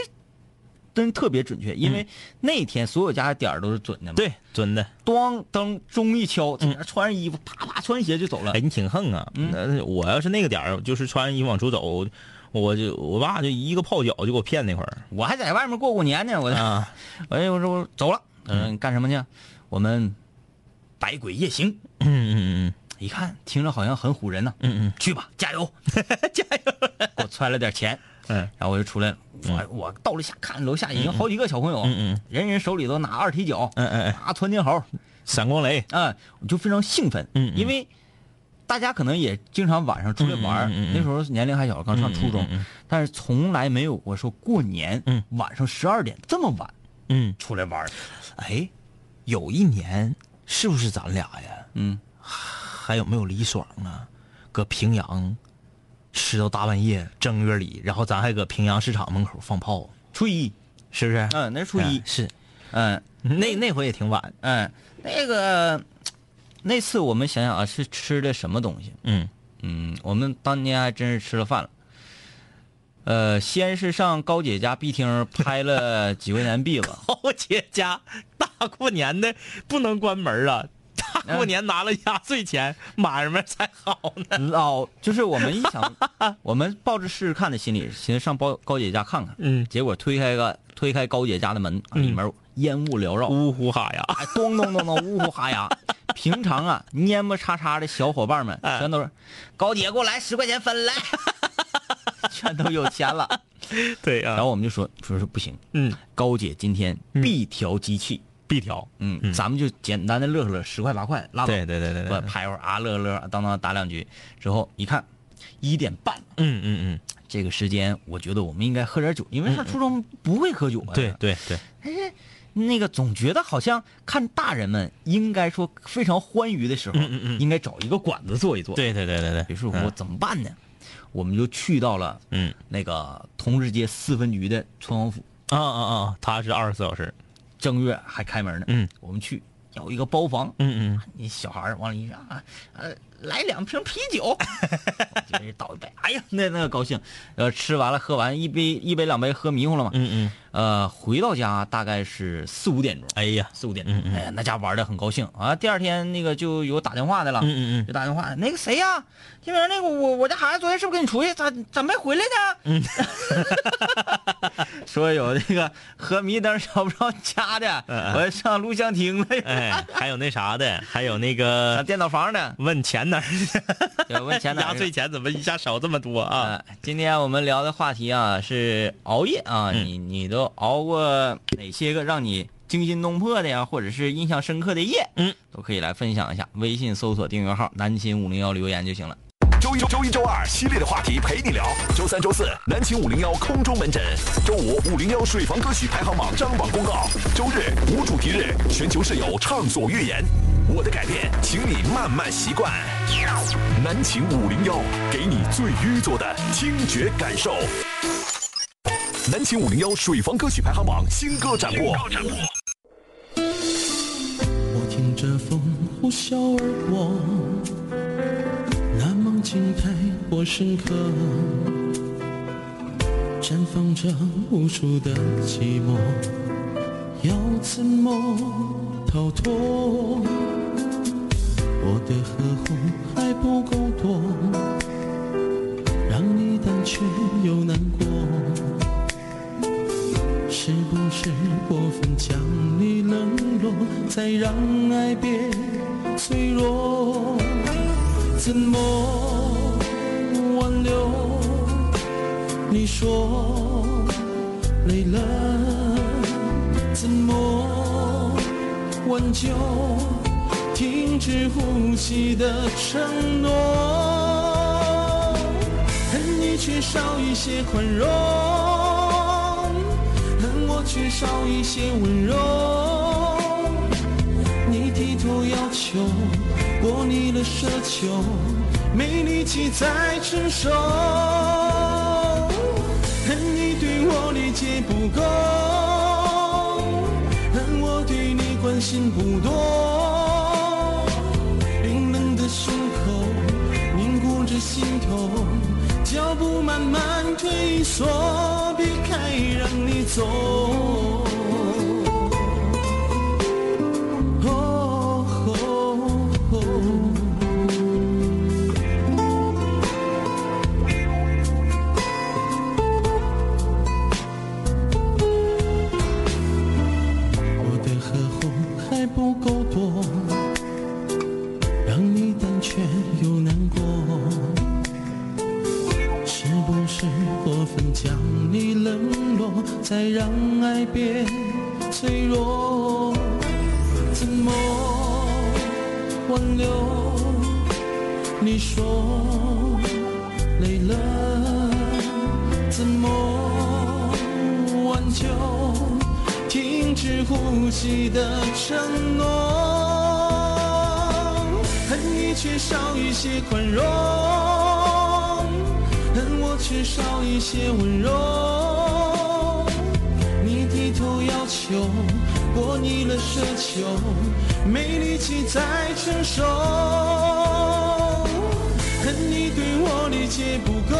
Speaker 3: 真特别准确，因为那天所有家的点儿都是准的嘛。，
Speaker 4: 对，嗯准的。
Speaker 3: 咣当钟一敲，在那穿上衣服，啪啪穿鞋就走了
Speaker 4: 哎，。你挺横啊！那我要是那个点儿，就是穿衣服往出走，我就我爸就一个泡脚就给我骗那块儿
Speaker 3: 我还在外面过过年呢，我就
Speaker 4: 啊。
Speaker 3: 哎，我说我走了，嗯，你干什么去？我们百鬼夜行，
Speaker 4: 嗯嗯
Speaker 3: 一看听着好像很唬人呢、
Speaker 4: 嗯嗯
Speaker 3: 去吧，加 油，加油！给我揣了点钱，
Speaker 4: 嗯
Speaker 3: 然后我就出来了。我我到楼下看，楼下已经好几个小朋友，啊
Speaker 4: 嗯嗯
Speaker 3: 人人手里都拿二踢脚，
Speaker 4: 嗯嗯嗯，
Speaker 3: 拿窜天猴，
Speaker 4: 闪光雷，
Speaker 3: 啊、我就非常兴奋，
Speaker 4: 嗯嗯
Speaker 3: 因为大家可能也经常晚上出来玩儿，
Speaker 4: 嗯嗯嗯嗯
Speaker 3: 那时候年龄还小，刚上初中，但是从来没有过说过年、
Speaker 4: 嗯
Speaker 3: 晚上十二点这么晚
Speaker 4: 嗯，
Speaker 3: 出来玩儿。
Speaker 4: 哎，有一年是不是咱俩呀？
Speaker 3: 嗯，
Speaker 4: 还有没有李爽啊？搁平阳吃到大半夜正月里，然后咱还搁平阳市场门口放炮，
Speaker 3: 初一，
Speaker 4: 是不是？
Speaker 3: 嗯、那是初一
Speaker 4: 啊，是
Speaker 3: 嗯、
Speaker 4: 那那回也挺晚。
Speaker 3: 嗯，那个那次我们想想啊，是吃的什么东西？
Speaker 4: 嗯，
Speaker 3: 嗯，我们当年还真是吃了饭了。呃，先是上高姐家壁厅拍了几块钱币吧
Speaker 4: 高姐哦家大过年的不能关门啊，大过年拿了压岁钱买卖才好呢。
Speaker 3: 老就是我们一想，我们抱着试试看的心理，寻思上高高姐家看看。
Speaker 4: 嗯
Speaker 3: 结果推开个推开高姐家的门，啊里面烟雾缭绕，
Speaker 4: 呜呼哈呀！
Speaker 3: 哎， 咚咚咚咚，呜呼哈呀！平常啊，蔫不叉叉的小伙伴们
Speaker 4: 哎
Speaker 3: 全都是，高姐给我来十块钱分来， 全都有钱了。
Speaker 4: 对
Speaker 3: 然
Speaker 4: 啊，
Speaker 3: 后我们就说说说不行，
Speaker 4: 嗯，
Speaker 3: 高姐今天必调机器，
Speaker 4: 必调。
Speaker 3: 嗯，咱们就简单的乐呵乐，十块八块拉倒，
Speaker 4: 对对对对对
Speaker 3: 不拍会儿啊乐呵乐，当当打两局之后一看，一点半
Speaker 4: 嗯嗯
Speaker 3: 这个时间，我觉得我们应该喝点酒，因为上初中不会喝酒啊
Speaker 4: 嗯，，对对对，
Speaker 3: 哎那个总觉得好像看大人们应该说非常欢愉的时候，应该找一个馆子坐一坐。，
Speaker 4: 嗯对对对对对。
Speaker 3: 于是我怎么办呢？我们就去到了
Speaker 4: 嗯
Speaker 3: 那个同志街四分局的村王府，
Speaker 4: 啊啊啊，他是二十四小时。
Speaker 3: 正月还开门呢。
Speaker 4: 嗯，
Speaker 3: 我们去有一个包房，
Speaker 4: 嗯嗯，
Speaker 3: 你小孩儿往里一让啊，呃，来两瓶啤酒， 我就给人倒一杯。哎呀，那那个高兴，呃，吃完了喝完一杯一杯两杯喝迷糊了嘛。
Speaker 4: 嗯嗯，
Speaker 3: 呃，回到家大概是四五点钟。
Speaker 4: 哎呀，
Speaker 3: 四五点钟，哎呀，那家玩的很高兴啊。第二天那个就有打电话的了，
Speaker 4: 嗯嗯嗯
Speaker 3: 就打电话，那个谁呀、金明，那个我我家孩子昨天是不是跟你出去，咋咋没回来呢？ 嗯，说有那个喝迷瞪找不着家的，我上录像厅了，
Speaker 4: 哎，还有那啥的，还有那
Speaker 3: 上
Speaker 4: 个
Speaker 3: 呃电脑房呢，
Speaker 4: 问钱哪儿去？
Speaker 3: 对问钱哪
Speaker 4: 压
Speaker 3: 儿去
Speaker 4: 岁钱怎么一下少这么多啊？
Speaker 3: 啊，今天我们聊的话题啊是熬夜啊，你你都熬过哪些个让你惊心动魄的呀，或者是印象深刻的夜？
Speaker 4: 嗯，
Speaker 3: 都可以来分享一下。微信搜索订阅号“南秦五零幺”留言就行了。
Speaker 5: 周一周周一周二系列的话题陪你聊，周三周四南秦五零幺空中门诊，周五五零幺水房歌曲排行榜张榜公告，周日无主题日，全球室友畅所欲言。我的改变，请你慢慢习惯。南秦五零幺给你最淤作的听觉感受。南秦五零幺水房歌曲排行榜新歌展播。
Speaker 6: 我听着风呼啸而过，那梦竟太过深刻，绽放着无数的寂寞，要怎么逃脱？我的呵护还不够多，让你胆怯又难过。是不是过分将你冷落，才让爱变脆弱？怎么挽留？你说累了，怎么挽救？停止呼吸的承诺，恨你缺少一些宽容，恨我缺少一些温柔。你低头要求，我逆了奢求，没力气再承受。恨你对我理解不够，恨我对你关心不多。冰冷的胸口凝固着心头，脚步慢慢退缩，避开让你走。哦哦哦我的呵护还不够多，让你胆怯又难过。是不是过分将你冷落，才让爱变脆弱？怎么挽留？你说累了，怎么挽救？停止呼吸的承诺，恨你缺少一些宽容，恨我缺少一些温柔。你低头要求，我逆了奢求，没力气再承受。恨你对我理解不够，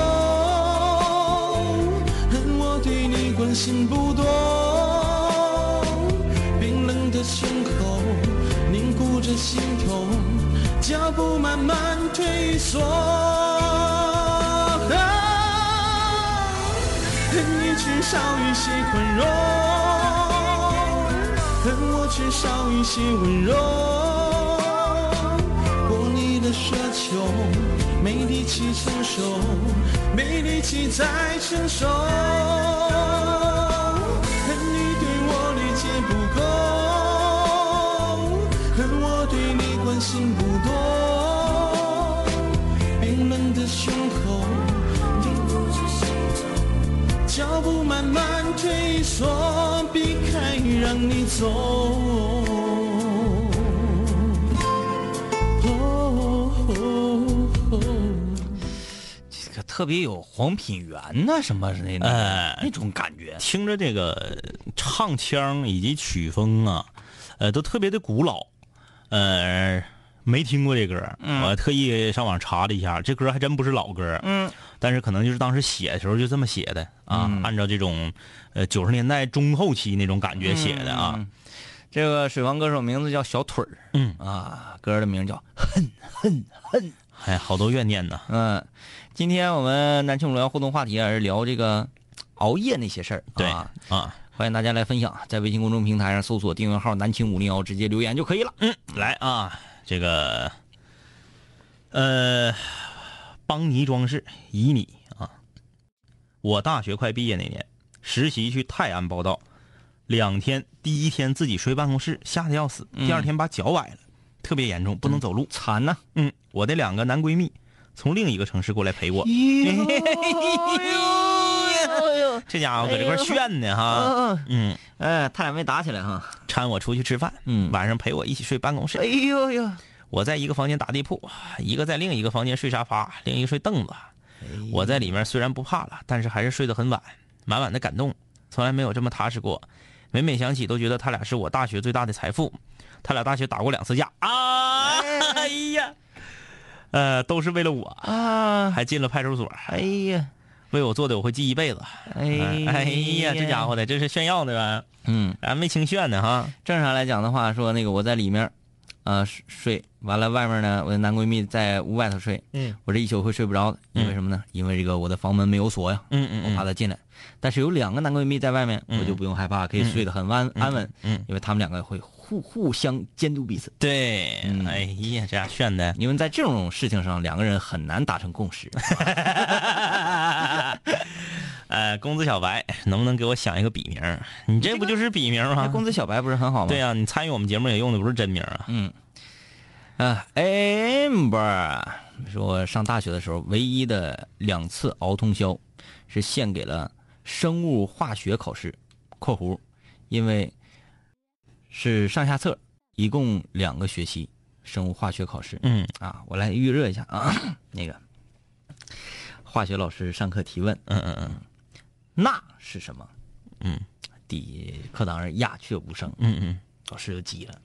Speaker 6: 恨我对你关心不多。冰冷的胸口凝固着心痛，脚步慢慢退缩。恨你缺少一些宽容，恨我缺少一些温柔。过你的奢求，没力气承受，没力气再承受。恨你对我理解不够，恨我对你关心不多。冰冷的胸口，凝固着心痛，脚步慢慢退缩，避开让你走。哦哦哦
Speaker 3: 这个特别有黄品源呐、什么之类的，
Speaker 4: 哎
Speaker 3: 那种感觉。
Speaker 4: 听着这个唱腔以及曲风啊，呃，都特别的古老，呃，没听过这歌，
Speaker 3: 嗯
Speaker 4: 我还特意上网查了一下，这歌还真不是老歌，嗯，但是可能就是当时写的时候就这么写的啊，
Speaker 3: 嗯
Speaker 4: 按照这种呃九十年代中后期那种感觉写的啊，
Speaker 3: 嗯这个水房歌手名字叫小腿儿，
Speaker 4: 嗯
Speaker 3: 啊，歌的名叫
Speaker 4: 哎，好多怨念呐，
Speaker 3: 嗯。今天我们南青五零幺互动话题啊还是聊这个熬夜那些事儿，
Speaker 4: 对
Speaker 3: 啊，
Speaker 4: 啊，
Speaker 3: 欢迎大家来分享，在微信公众平台上搜索订阅号“南青五零幺”，直接留言就可以了。
Speaker 4: 嗯，来啊，这个呃，邦尼装饰，以你啊，我大学快毕业那年，实习去泰安报道，两天，第一天自己睡办公室，吓得要死，第二天把脚崴了，特别严重，不能走路，
Speaker 3: 惨呐、
Speaker 4: 嗯，我的两个男闺蜜从另一个城市过来陪我，
Speaker 3: 哎
Speaker 4: 这家伙搁这块炫呢哈，
Speaker 3: 啊，
Speaker 4: 嗯，
Speaker 3: 哎，他俩没打起来哈。
Speaker 4: 搀我出去吃饭，
Speaker 3: 嗯
Speaker 4: 晚上陪我一起睡办公室，
Speaker 3: 哎呦呦，
Speaker 4: 我在一个房间打地铺，一个在另一个房间睡沙发，另一个睡凳子。我在里面虽然不怕了，但是还是睡得很晚，满满的感动，从来没有这么踏实过。每每想起，都觉得他俩是我大 学最大的财富。他俩大学打过两次架，啊，哎呀，呃，都是为了我，
Speaker 3: 啊，
Speaker 4: 还进了派出所，
Speaker 3: 哎呀，
Speaker 4: 为我做的我会记一辈子。
Speaker 3: 哎
Speaker 4: 哎呀，这家
Speaker 3: 伙，
Speaker 4: 伙的，这是炫耀的吧？
Speaker 3: 嗯，
Speaker 4: 俺没情炫呢哈。
Speaker 3: 正常来讲的话，说那个我在里面，啊、睡睡完了，外面呢，我的男闺蜜在屋外头睡，
Speaker 4: 嗯，
Speaker 3: 我这一宿会睡不着的，因为什么呢？因为这个我的房门没有锁呀，
Speaker 4: 嗯嗯
Speaker 3: 我怕他进来。但是有两个男闺蜜在外面，我就不用害怕，可以睡得很安安稳，
Speaker 4: 嗯，
Speaker 3: 因为他们两个会互互相监督彼此。
Speaker 4: 对，
Speaker 3: 嗯
Speaker 4: 哎呀，这家炫的，
Speaker 3: 因为在这种事情上，两个人很难达成共识。
Speaker 4: 呃，公子小白，能不能给我想一个笔名儿？你这不就是笔名吗？
Speaker 3: 公子嗯小白不是很好吗？
Speaker 4: 对呀、啊你参与我们节目也用的不是真名啊。
Speaker 3: 啊，amber 是我上大学的时候唯一的两次熬通宵，是献给了生物化学考试（括弧），因为是上下册，一共两个学期生物化学考试。
Speaker 4: 嗯
Speaker 3: 啊，我来预热一下啊，那个化学老师上课提问，
Speaker 4: 嗯嗯嗯
Speaker 3: 钠是什么？
Speaker 4: 嗯，
Speaker 3: 第课堂上鸦雀无声，
Speaker 4: 嗯嗯
Speaker 3: 老师就急了，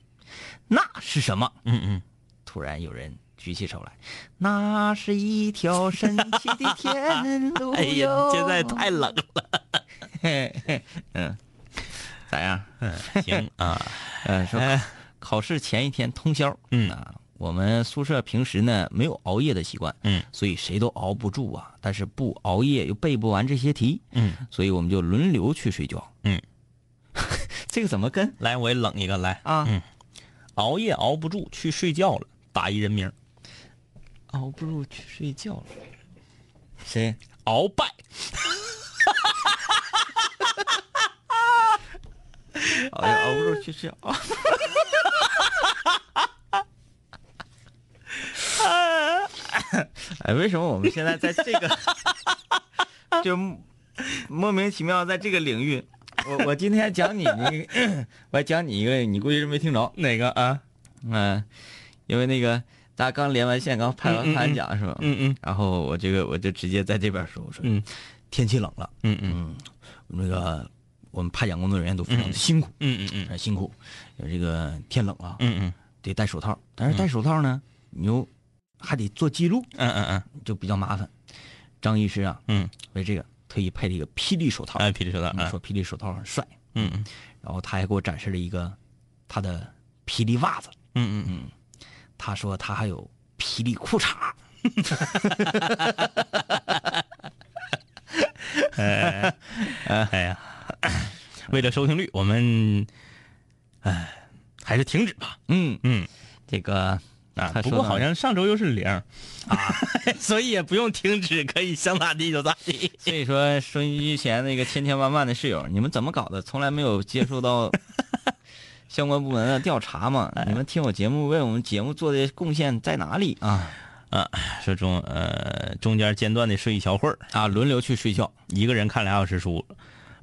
Speaker 3: 钠是什么？
Speaker 4: 嗯嗯，
Speaker 3: 突然有人举起手来，那是一条神奇的 天路
Speaker 4: 哎呀，
Speaker 3: 哟
Speaker 4: 你现在太冷了。
Speaker 3: 嘿嘿 嗯，咋样？
Speaker 4: 行啊，
Speaker 3: 呃，说考考试前一天通宵，
Speaker 4: 嗯
Speaker 3: 啊，我们宿舍平时呢没有熬夜的习惯，
Speaker 4: 嗯，
Speaker 3: 所以谁都熬不住啊。但是不熬夜又背不完这些题，
Speaker 4: 嗯，
Speaker 3: 所以我们就轮流去睡觉，
Speaker 4: 嗯，
Speaker 3: 这个怎么跟
Speaker 4: 来，我也冷一个来。
Speaker 3: 啊？
Speaker 4: 嗯熬夜熬不住，去睡觉了，打一人名儿，
Speaker 3: 熬不住去睡觉了，谁？
Speaker 4: 鳌拜。哎
Speaker 3: 熬夜哎熬不住去睡 觉。哎，为什么我们现在在这个 就莫名其妙在这个领域？我我今天讲你，你 我还讲你一个，你估计是没听着哪个啊？嗯、因为那个大家刚连完线，刚拍完拍完奖是吧？
Speaker 4: 嗯嗯
Speaker 3: 然后我这个我就直接在这边说，我说，
Speaker 4: 嗯，
Speaker 3: 天气冷了，
Speaker 4: 嗯嗯
Speaker 3: 那个我们派奖工作人员都非常的辛苦，
Speaker 4: 嗯嗯嗯
Speaker 3: 呃辛苦，有这个天冷了，
Speaker 4: 嗯嗯
Speaker 3: 得戴手套，但是戴手套呢，你又还得做记录，
Speaker 4: 嗯嗯嗯，
Speaker 3: 就比较麻烦。张医师啊，
Speaker 4: 嗯，
Speaker 3: 为这个特意配了一个霹雳手套，
Speaker 4: 哎，皮里说的
Speaker 3: 嗯
Speaker 4: 啊，
Speaker 3: 说霹雳手套很帅，
Speaker 4: 嗯嗯
Speaker 3: 然后他还给我展示了一个他的霹雳袜子，
Speaker 4: 嗯嗯
Speaker 3: 他说他还有霹雳裤衩，
Speaker 4: 嗯，哎呀，为了收听率，我们，哎，还是停止吧。
Speaker 3: 嗯
Speaker 4: 嗯，
Speaker 3: 这个
Speaker 4: 啊
Speaker 3: 他，
Speaker 4: 不
Speaker 3: 说
Speaker 4: 过
Speaker 3: 呢
Speaker 4: 好像上周又是零啊， 所以也不用停止，可以想咋地就咋地。
Speaker 3: 所以说，收音机前那个千千万万的室友，你们怎么搞的？从来没有接触 到相关部门的调查嘛？
Speaker 4: 哎
Speaker 3: 你们听我节目，为我们节目做的贡献在哪里啊？
Speaker 4: 说中呃中间间断的睡一小会儿，
Speaker 3: 啊，轮流去睡觉，
Speaker 4: 一个人看俩小时书，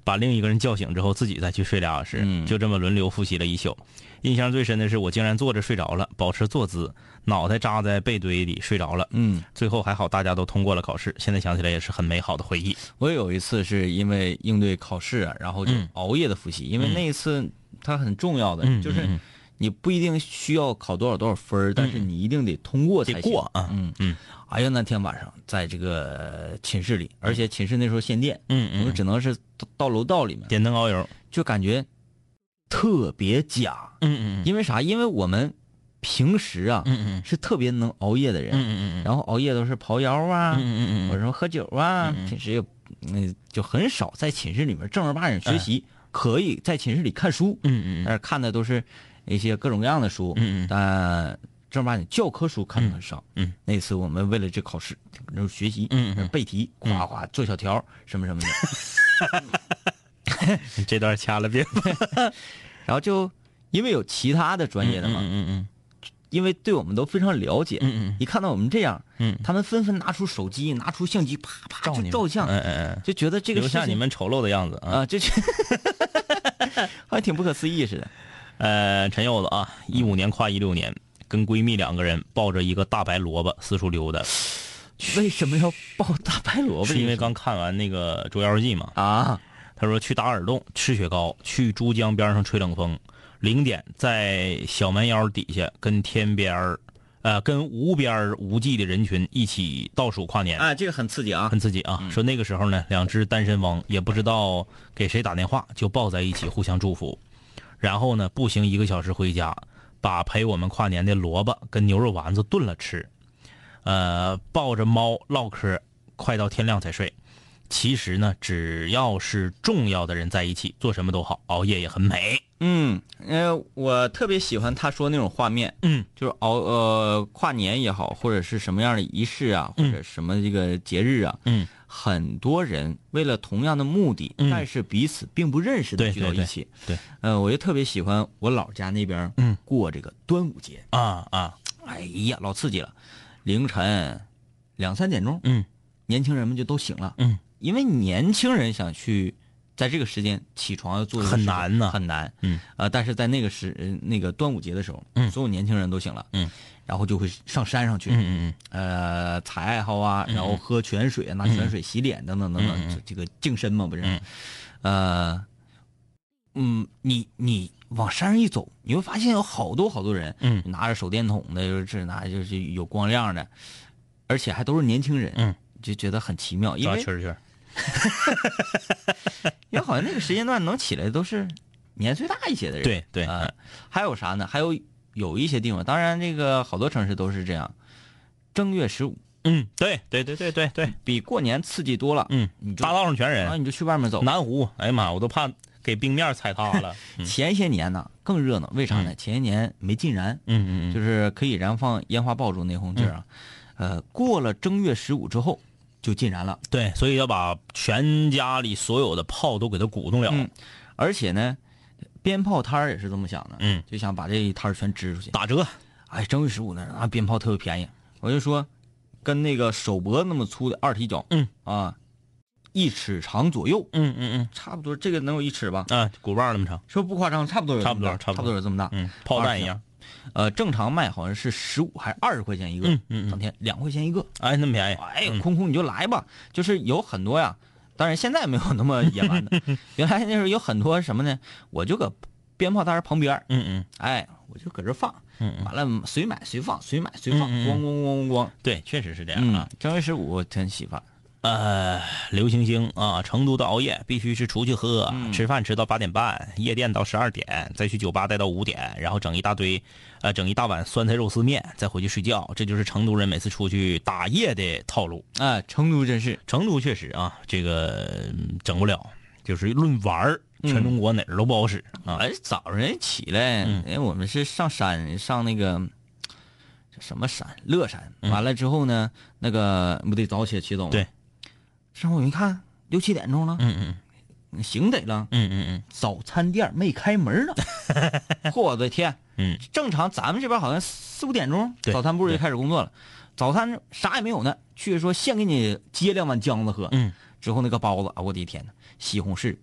Speaker 4: 把另一个人叫醒之后，自己再去睡俩小时，
Speaker 3: 嗯
Speaker 4: 就这么轮流复习了一宿。印象最深的是，我竟然坐着睡着了，保持坐姿，脑袋扎在被堆里睡着了。
Speaker 3: 嗯，
Speaker 4: 最后还好大家都通过了考试，现在想起来也是很美好的回忆。
Speaker 3: 我有一次是因为应对考试啊，然后就
Speaker 4: 嗯
Speaker 3: 熬夜的复习，因为那一次它很重要的，
Speaker 4: 嗯
Speaker 3: 就是
Speaker 4: 嗯嗯
Speaker 3: 你不一定需要考多少多少分儿、但是你一定得通过才
Speaker 4: 得
Speaker 3: 行
Speaker 4: 过啊
Speaker 3: 嗯
Speaker 4: 嗯。
Speaker 3: 哎呀，那天晚上在这个寝室里，而且寝室那时候限电，
Speaker 4: 嗯
Speaker 3: 我们
Speaker 4: 嗯，
Speaker 3: 只能是到到楼道里面，
Speaker 4: 点灯熬油。
Speaker 3: 就感觉特别假。
Speaker 4: 嗯嗯
Speaker 3: 因为啥？因为我们平时啊、
Speaker 4: 嗯嗯
Speaker 3: 是特别能熬夜的人，
Speaker 4: 嗯嗯嗯
Speaker 3: 然后熬夜都是刨窑啊，
Speaker 4: 嗯
Speaker 3: 或者说喝酒啊，
Speaker 4: 嗯嗯
Speaker 3: 平时也嗯就很少在寝室里面正儿八经学习，可以在寝室里看书，
Speaker 4: 哎嗯嗯
Speaker 3: 但是看的都是一些各种各样的书，
Speaker 4: 嗯嗯
Speaker 3: 但正儿八经教科书看的很少。
Speaker 4: 嗯嗯
Speaker 3: 那次我们为了这考试，然后学习，
Speaker 4: 嗯嗯
Speaker 3: 背题，夸夸做小条什么什么的，
Speaker 4: 嗯，这段掐了别。
Speaker 3: 然后就因为有其他的专业的嘛，
Speaker 4: 嗯嗯
Speaker 3: 因为对我们都非常了解，
Speaker 4: 嗯
Speaker 3: 一看到我们这样，
Speaker 4: 嗯
Speaker 3: 他们纷纷拿出手机，拿出相机，啪啪就
Speaker 4: 嗯，
Speaker 3: 照相，
Speaker 4: 嗯嗯嗯，
Speaker 3: 就觉得这个
Speaker 4: 留下
Speaker 3: 事情
Speaker 4: 你们丑陋的样子啊。
Speaker 3: 啊，这 这好像挺不可思议似的。
Speaker 4: 呃，陈柚子啊，一五年跨一六年，跟闺蜜两个人抱着一个大白萝卜四处溜达，
Speaker 3: 为什么要抱大白萝卜？
Speaker 4: 是因为刚看完那个《捉妖记》嘛。
Speaker 3: 啊，
Speaker 4: 他说去打耳洞、吃雪糕、去珠江边上吹冷风，零点在小蛮腰底下跟天边儿呃，跟无边儿无际的人群一起倒数跨年，
Speaker 3: 啊，这个很刺激啊！
Speaker 4: 哎很刺激啊。说那个时候呢，两只单身汪也不知道给谁打电话，就抱在一起互相祝福，然后呢，步行一个小时回家，把陪我们跨年的萝卜跟牛肉丸子炖了吃，呃，抱着猫唠嗑，快到天亮才睡。其实呢，只要是重要的人在一起，做什么都好，熬夜也很美。
Speaker 3: 嗯，呃，我特别喜欢他说那种画面，
Speaker 4: 嗯，
Speaker 3: 就是熬呃跨年也好，或者是什么样的仪式啊，或者什么这个节日啊，
Speaker 4: 嗯，
Speaker 3: 很多人为了同样的目的，
Speaker 4: 嗯
Speaker 3: 但是彼此并不认识的
Speaker 4: 对
Speaker 3: 聚到
Speaker 4: 对对
Speaker 3: 一起，
Speaker 4: 对
Speaker 3: 呃，我就特别喜欢我老家那边，
Speaker 4: 嗯，
Speaker 3: 过这个端午节，
Speaker 4: 啊啊，
Speaker 3: 哎呀，老刺激了，凌晨两三点钟，
Speaker 4: 嗯，
Speaker 3: 年轻人们就都醒了，
Speaker 4: 嗯，
Speaker 3: 因为年轻人想去在这个时间起床要做这个
Speaker 4: 很
Speaker 3: 事情
Speaker 4: 难呐
Speaker 3: 很难，
Speaker 4: 嗯，
Speaker 3: 呃，但是在那个时呃那个端午节的时候，
Speaker 4: 嗯
Speaker 3: 所有年轻人都醒了，
Speaker 4: 嗯，
Speaker 3: 然后就会上山上去，
Speaker 4: 嗯嗯
Speaker 3: 呃，采艾蒿啊，然后喝泉水啊，拿泉水洗脸等等等等，这这个净身嘛，不是？
Speaker 4: 嗯
Speaker 3: 呃，嗯，你你往山上一走，你会发现有好多好多人，
Speaker 4: 嗯
Speaker 3: 拿着手电筒的，就是这拿就是有光亮的，而且还都是年轻人，
Speaker 4: 嗯，
Speaker 3: 就觉得很奇妙，
Speaker 4: 嗯，
Speaker 3: 因
Speaker 4: 抓
Speaker 3: 为
Speaker 4: 蛐儿蛐儿。
Speaker 3: 因为好像那个时间段能起来都是年岁大一些的人，
Speaker 4: 对对
Speaker 3: 啊还有啥呢？还有有一些地方，当然这个好多城市都是这样，正月十五。
Speaker 4: 嗯，对对对对对对，
Speaker 3: 比过年刺激多了。
Speaker 4: 嗯
Speaker 3: 你，嗯就哎
Speaker 4: 大道上全
Speaker 3: 然后
Speaker 4: 人，
Speaker 3: 你就去外面走。
Speaker 4: 南湖，哎呀妈，我都怕给冰面踩塌 了。嗯
Speaker 3: 前些年呢更热闹，为啥呢？前些年没禁燃，
Speaker 4: 嗯嗯
Speaker 3: 就
Speaker 4: 嗯，
Speaker 3: 是可以燃放烟花爆竹那红劲儿啊。呃，过了正月十五之后就禁燃了，
Speaker 4: 对，所以要把全家里所有的炮都给它鼓动了，
Speaker 3: 嗯而且呢，鞭炮摊儿也是这么想的，
Speaker 4: 嗯，
Speaker 3: 就想把这一摊儿全支出去。
Speaker 4: 打折。
Speaker 3: 哎，正月十五那儿啊，鞭炮特别便宜，我就说，跟那个手脖子那么粗的二踢脚，
Speaker 4: 嗯
Speaker 3: 啊，一尺长左右，
Speaker 4: 嗯嗯
Speaker 3: 差不多这个能有一尺吧，
Speaker 4: 嗯，啊，鼓棒那么长，
Speaker 3: 说不夸张，差不多有这么大
Speaker 4: 差
Speaker 3: 差
Speaker 4: 不多差不多
Speaker 3: 不多有这么大，
Speaker 4: 嗯，炮弹一样。
Speaker 3: 呃，正常卖好像是十五还是二十块钱一个，
Speaker 4: 嗯嗯嗯
Speaker 3: 当天两块钱一个。
Speaker 4: 哎，那么便宜。
Speaker 3: 哎
Speaker 4: 嗯，
Speaker 3: 空空你就来吧，就是有很多呀。当然现在没有那么野蛮 的，原来那时候有很多什么呢？我就搁鞭炮摊儿旁边儿，
Speaker 4: 嗯嗯，
Speaker 3: 哎，我就搁这儿放，
Speaker 4: 嗯
Speaker 3: 完了随买随放，随买随放，
Speaker 4: 嗯嗯
Speaker 3: 咣咣咣咣咣。
Speaker 4: 对，确实是这样
Speaker 3: 嗯
Speaker 4: 啊。，
Speaker 3: 正月十五我真喜欢。
Speaker 4: 呃，刘星星啊，成都的熬夜必须是出去喝、
Speaker 3: 嗯
Speaker 4: 吃饭，吃到八点半，夜店到十二点，再去酒吧待到五点，然后整一大堆，呃，整一大碗酸菜肉丝面，再回去睡觉。这就是成都人每次出去打夜的套路。
Speaker 3: 哎，成都真是，
Speaker 4: 成都确实啊，这个嗯整不了，就是论玩儿，全中国哪儿都不好使、啊。
Speaker 3: 哎，早上起来，
Speaker 4: 嗯
Speaker 3: 哎，我们是上山，上那个这什么山，乐山。完了之后呢，那个不得早起来起早吗
Speaker 4: 对。
Speaker 3: 上午一看，六七点钟了，
Speaker 4: 嗯嗯
Speaker 3: 行得了，
Speaker 4: 嗯嗯嗯
Speaker 3: 早餐店没开门 呢。嚯，我的天！
Speaker 4: 嗯，
Speaker 3: 正常咱们这边好像四五点钟，
Speaker 4: 对
Speaker 3: 早餐部就开始工作了。早餐啥也没有呢，去说现给你接两碗浆子喝。
Speaker 4: 嗯，
Speaker 3: 之后那个包子，啊，我的天呐，西红柿、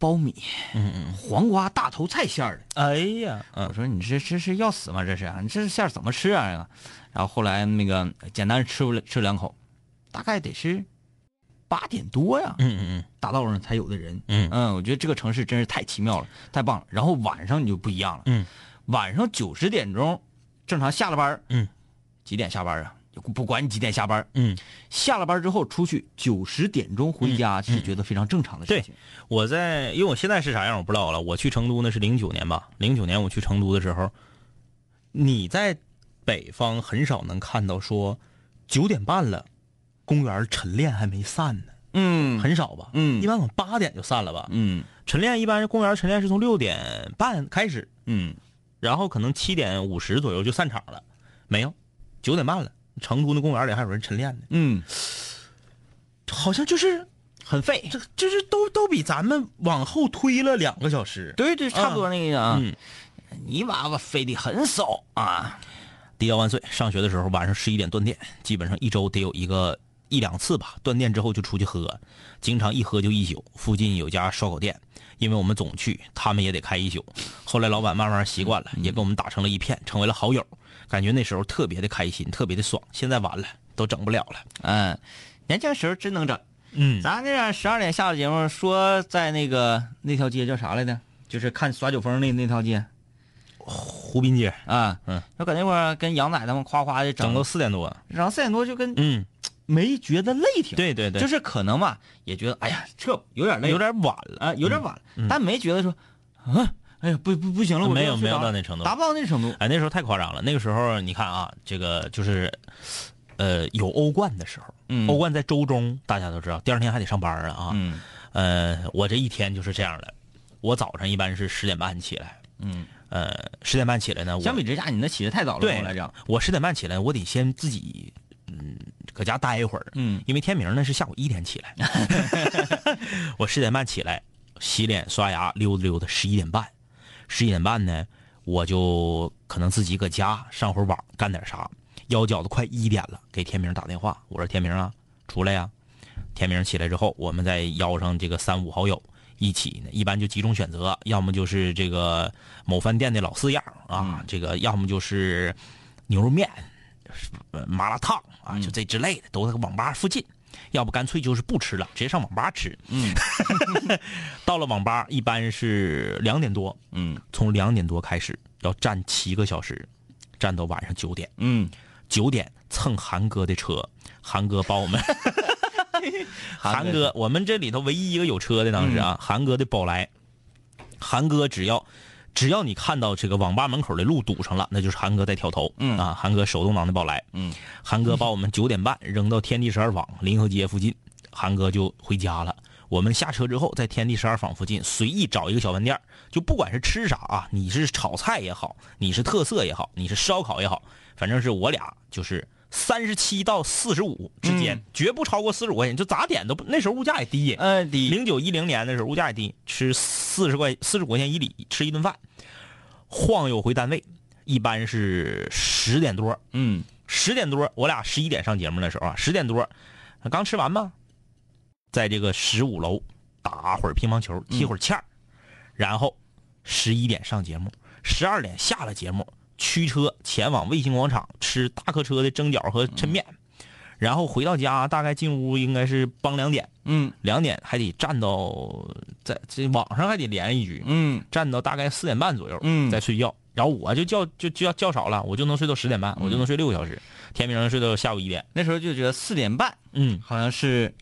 Speaker 3: 苞米、
Speaker 4: 嗯嗯，
Speaker 3: 黄瓜、大头菜馅儿的。
Speaker 4: 哎呀，嗯
Speaker 3: 我说你这这是要死吗？这是啊你这馅儿怎么吃啊？这个然后后来那个呃简单吃了吃两口，大概得是八点多呀，
Speaker 4: 嗯嗯
Speaker 3: 大道上才有的人。
Speaker 4: 嗯
Speaker 3: 嗯，我觉得这个城市真是太奇妙了，太棒了。然后晚上你就不一样了，
Speaker 4: 嗯，
Speaker 3: 晚上九十点钟正常下了班儿
Speaker 4: 嗯，
Speaker 3: 几点下班啊？就不管你几点下班儿，
Speaker 4: 嗯，
Speaker 3: 下了班之后出去九十点钟回家是觉得非常正常的事
Speaker 4: 对
Speaker 3: 情。
Speaker 4: 我在，因为我现在是啥样我不知道了。我去成都那是零九年吧，零九年我去成都的时候，你在北方很少能看到说九点半了，公园晨练还没散呢，
Speaker 3: 嗯
Speaker 4: 很少吧？
Speaker 3: 嗯
Speaker 4: 一般我八点就散了吧？
Speaker 3: 嗯
Speaker 4: 晨练一般公园晨练是从六点半开始，
Speaker 3: 嗯，
Speaker 4: 然后可能七点五十左右就散场了，没有，九点半了。成都那公园里还有人晨练呢，
Speaker 3: 嗯，
Speaker 4: 好像就是
Speaker 3: 很费。
Speaker 4: 这，就是都都比咱们往后推了两个小时。
Speaker 3: 对对，差不多那个啊
Speaker 4: 嗯。
Speaker 3: 泥娃娃飞的很少啊，
Speaker 4: 迪迦万岁！上学的时候晚上十一点断电，基本上一周得有一个一两次吧。断电之后就出去喝，经常一喝就一宿。附近有家烧烤店，因为我们总去，他们也得开一宿。后来老板慢慢习惯了，也跟我们打成了一片，成为了好友。感觉那时候特别的开心，特别的爽。现在完了，都整不了了。
Speaker 3: 嗯，年轻时候真能整。
Speaker 4: 嗯
Speaker 3: 咱这样十二点下了节目，说在那个那条街叫啥来着？就是看耍酒疯那那条街，
Speaker 4: 湖滨街，
Speaker 3: 啊，
Speaker 4: 嗯，
Speaker 3: 就搁那块儿跟杨仔他们夸夸的
Speaker 4: 整
Speaker 3: 整
Speaker 4: 到，四点多。
Speaker 3: 然后四点多就跟
Speaker 4: 嗯，
Speaker 3: 没觉得累挺，
Speaker 4: 对对对，
Speaker 3: 就是是可能吧，也觉得哎呀这有点累，
Speaker 4: 有点晚了。嗯
Speaker 3: 啊有点晚了，但没觉得说啊哎呀不不不行了，我
Speaker 4: 啊没
Speaker 3: 就
Speaker 4: 有
Speaker 3: 要睡
Speaker 4: 没有
Speaker 3: 着
Speaker 4: 到
Speaker 3: 了
Speaker 4: 那程度
Speaker 3: 达不到那程度，
Speaker 4: 哎，那时候太夸张了。那个时候你看啊，这个就是，呃，有欧冠的时候，
Speaker 3: 嗯
Speaker 4: 欧冠在周中，大家都知道，第二天还得上班啊啊。
Speaker 3: 嗯
Speaker 4: 呃，我这一天就是这样的，我早上一般是十点半起来，
Speaker 3: 嗯，
Speaker 4: 呃，十点半起来呢，我
Speaker 3: 相比之下你那起得太早了，
Speaker 4: 对
Speaker 3: 对我来讲，，
Speaker 4: 我十点半起来，我得先自己嗯搁家待一会儿，
Speaker 3: 嗯
Speaker 4: 因为天明呢是下午一点起来，我十点半起来洗脸刷牙溜达溜达，十一点半，十一点半呢我就可能自己搁家上会儿网干点啥，腰觉子快一点了，给天明打电话，我说天明啊出来呀、天明起来之后，我们再邀上这个三五好友一起呢，一般就几种选择，要么就是这个某饭店的老四样啊，这个要么就是牛肉面、呃麻辣烫啊，
Speaker 3: 嗯
Speaker 4: 就这之类的，都在网吧附近。要不干脆就是不吃了，直接上网吧吃。嗯， 到了网吧一般是两点多，
Speaker 3: 嗯
Speaker 4: 从两点多开始要站七个小时，站到晚上九点。
Speaker 3: 嗯，
Speaker 4: 九点蹭韩哥的车，韩哥帮我们。韩
Speaker 3: 韩
Speaker 4: 哥
Speaker 3: 哥，嗯
Speaker 4: 我们这里头唯一一个有车的当时啊，韩哥的宝来，韩哥只要只要你看到这个网吧门口的路堵上了，那就是韩哥在挑头，
Speaker 3: 嗯
Speaker 4: 啊，韩哥手动挡的宝来，
Speaker 3: 嗯，
Speaker 4: 韩哥把我们九点半扔到天地十二坊临河街附近，韩哥就回家了。我们下车之后，在天地十二坊附近随意找一个小饭店儿，就不管是吃啥啊，你是炒菜也好，你是特色也好，你是烧烤也好，反正是我俩就是三十七到四十五之间，绝不超过四十五块钱，就咋点都不。那时候物价也低，
Speaker 3: 呃第
Speaker 4: 零九一零年的时候物价也低，吃四十块四十块钱一里吃一顿饭，晃悠回单位，一般是十点多
Speaker 3: 嗯
Speaker 4: 十点多，我俩十一点上节目的时候啊，十点多，刚吃完嘛，在这个十五楼打会儿乒乓球，踢会儿毽儿，然后十一点上节目，十二点下了节目，驱车前往卫星广场吃大客车的蒸饺和抻面，然后回到家大概进屋应该是帮两点，
Speaker 3: 嗯
Speaker 4: 两点还得站到在这网上还得连一局，
Speaker 3: 嗯
Speaker 4: 站到大概四点半左右，
Speaker 3: 嗯
Speaker 4: 再睡觉。然后我就觉就就要觉少了，我就能睡到十点半，我就能睡六个小时。天明能睡到下午一点。
Speaker 3: 那时候就觉得四点半
Speaker 4: 嗯，
Speaker 3: 好像是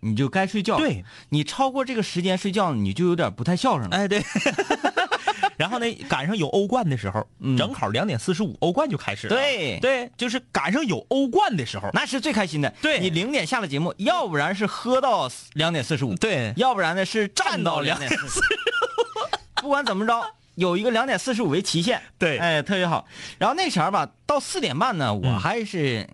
Speaker 3: 你就该睡觉了，
Speaker 4: 对
Speaker 3: 你超过这个时间睡觉，你就有点不太孝顺了。
Speaker 4: 哎对。然后呢，赶上有欧冠的时候，
Speaker 3: 嗯
Speaker 4: 正好两点四十五，欧冠就开始了。
Speaker 3: 对
Speaker 4: 对，就是赶上有欧冠的时候。
Speaker 3: 那是最开心的。
Speaker 4: 对
Speaker 3: 你零点下了节目，要不然是喝到两点四十五，，
Speaker 4: 对，
Speaker 3: 要不然呢是站到
Speaker 4: 站到
Speaker 3: 两点四十五。不管怎么着，有一个两点四十五为期限。
Speaker 4: 对嗯
Speaker 3: 哎，特别好。然后那前儿吧，到四点半呢，我还是、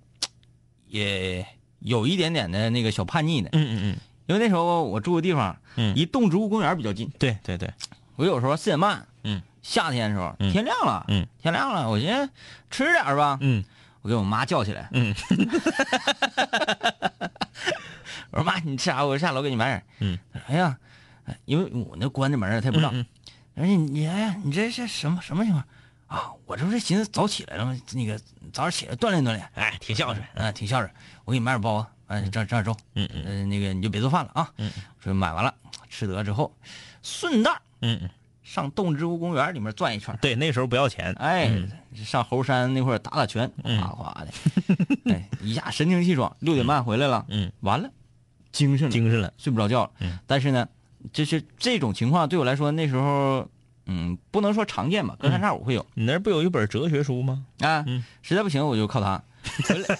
Speaker 3: 也有一点点的那个小叛逆的，
Speaker 4: 嗯嗯嗯，
Speaker 3: 因为那时候我住的地方，
Speaker 4: 嗯
Speaker 3: 离动植物公园比较近。
Speaker 4: 对对对，
Speaker 3: 我有时候四点半，
Speaker 4: 嗯，
Speaker 3: 夏天的时候，
Speaker 4: 嗯
Speaker 3: 天亮了，
Speaker 4: 嗯，
Speaker 3: 天亮了，我寻思吃点儿吧，
Speaker 4: 嗯
Speaker 3: 我给我妈叫起来，
Speaker 4: 嗯，
Speaker 3: 我说妈，你吃啥？我下楼给你买点儿。
Speaker 4: 嗯
Speaker 3: 她说，哎呀，哎因为我那关着门儿，她也不知道。而且你哎呀，你这是什么什么情况啊？我这不是寻思早起来了吗？那个早点起来锻炼锻炼，
Speaker 4: 哎，挺孝顺。
Speaker 3: 啊，挺孝顺。我给你买点包子，哎，整整点粥，
Speaker 4: 嗯
Speaker 3: 嗯、呃，那个你就别做饭了啊。嗯，说买完了吃得之后，顺道
Speaker 4: 嗯嗯，
Speaker 3: 上动植物公园里面转一圈儿。
Speaker 4: 对，那时候不要钱。
Speaker 3: 哎，
Speaker 4: 嗯
Speaker 3: 上猴山那块儿打打拳，哗哗的，哎，一下神清气爽。六点半回来了，
Speaker 4: 嗯，
Speaker 3: 完了，精神了，
Speaker 4: 精神了。
Speaker 3: 睡不着觉了。
Speaker 4: 嗯
Speaker 3: 但是呢，就是这种情况对我来说，那时候，嗯，不能说常见吧，隔三差五会有、
Speaker 4: 你那儿不有一本哲学书吗？
Speaker 3: 啊。
Speaker 4: 嗯
Speaker 3: 实在不行，我就靠它。回 来，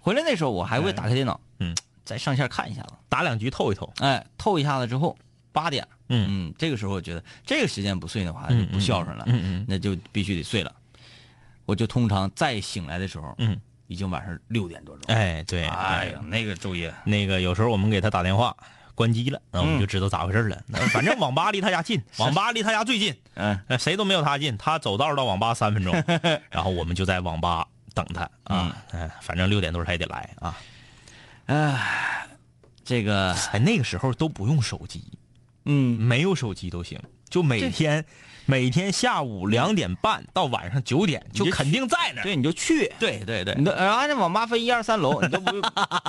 Speaker 3: 回来那时候我还会打开电脑，
Speaker 4: 嗯，
Speaker 3: 在上线看一下子，
Speaker 4: 打两局透一透。
Speaker 3: 哎，透一下子之后，八点，
Speaker 4: 嗯
Speaker 3: 嗯，这个时候我觉得这个时间不睡的话就不孝顺了，
Speaker 4: 嗯嗯
Speaker 3: 那就必须得睡了。我就通常再醒来的时候，
Speaker 4: 嗯，
Speaker 3: 已经晚上六点多钟。
Speaker 4: 哎，对，
Speaker 3: 哎呀，那个昼夜，
Speaker 4: 那个有时候我们给他打电话，关机了，那我
Speaker 3: 嗯
Speaker 4: 们就知道咋回事了。那反 正网吧离他家近，网吧离他家最近，
Speaker 3: 嗯
Speaker 4: 呃谁都没有他近。他走道到网吧三分 钟，然后我们就在网吧等他啊。
Speaker 3: 嗯
Speaker 4: 哎，反正六点多他也得来啊。
Speaker 3: 这个，
Speaker 4: 哎，那个时候都不用手机，
Speaker 3: 嗯，
Speaker 4: 没有手机都行，就每天每天下午两点半到晚上九点，
Speaker 3: 就
Speaker 4: 就肯定在那儿。
Speaker 3: 对，你就去，
Speaker 4: 对对对
Speaker 3: 你，都呃按照网吧分一二三楼，你都不用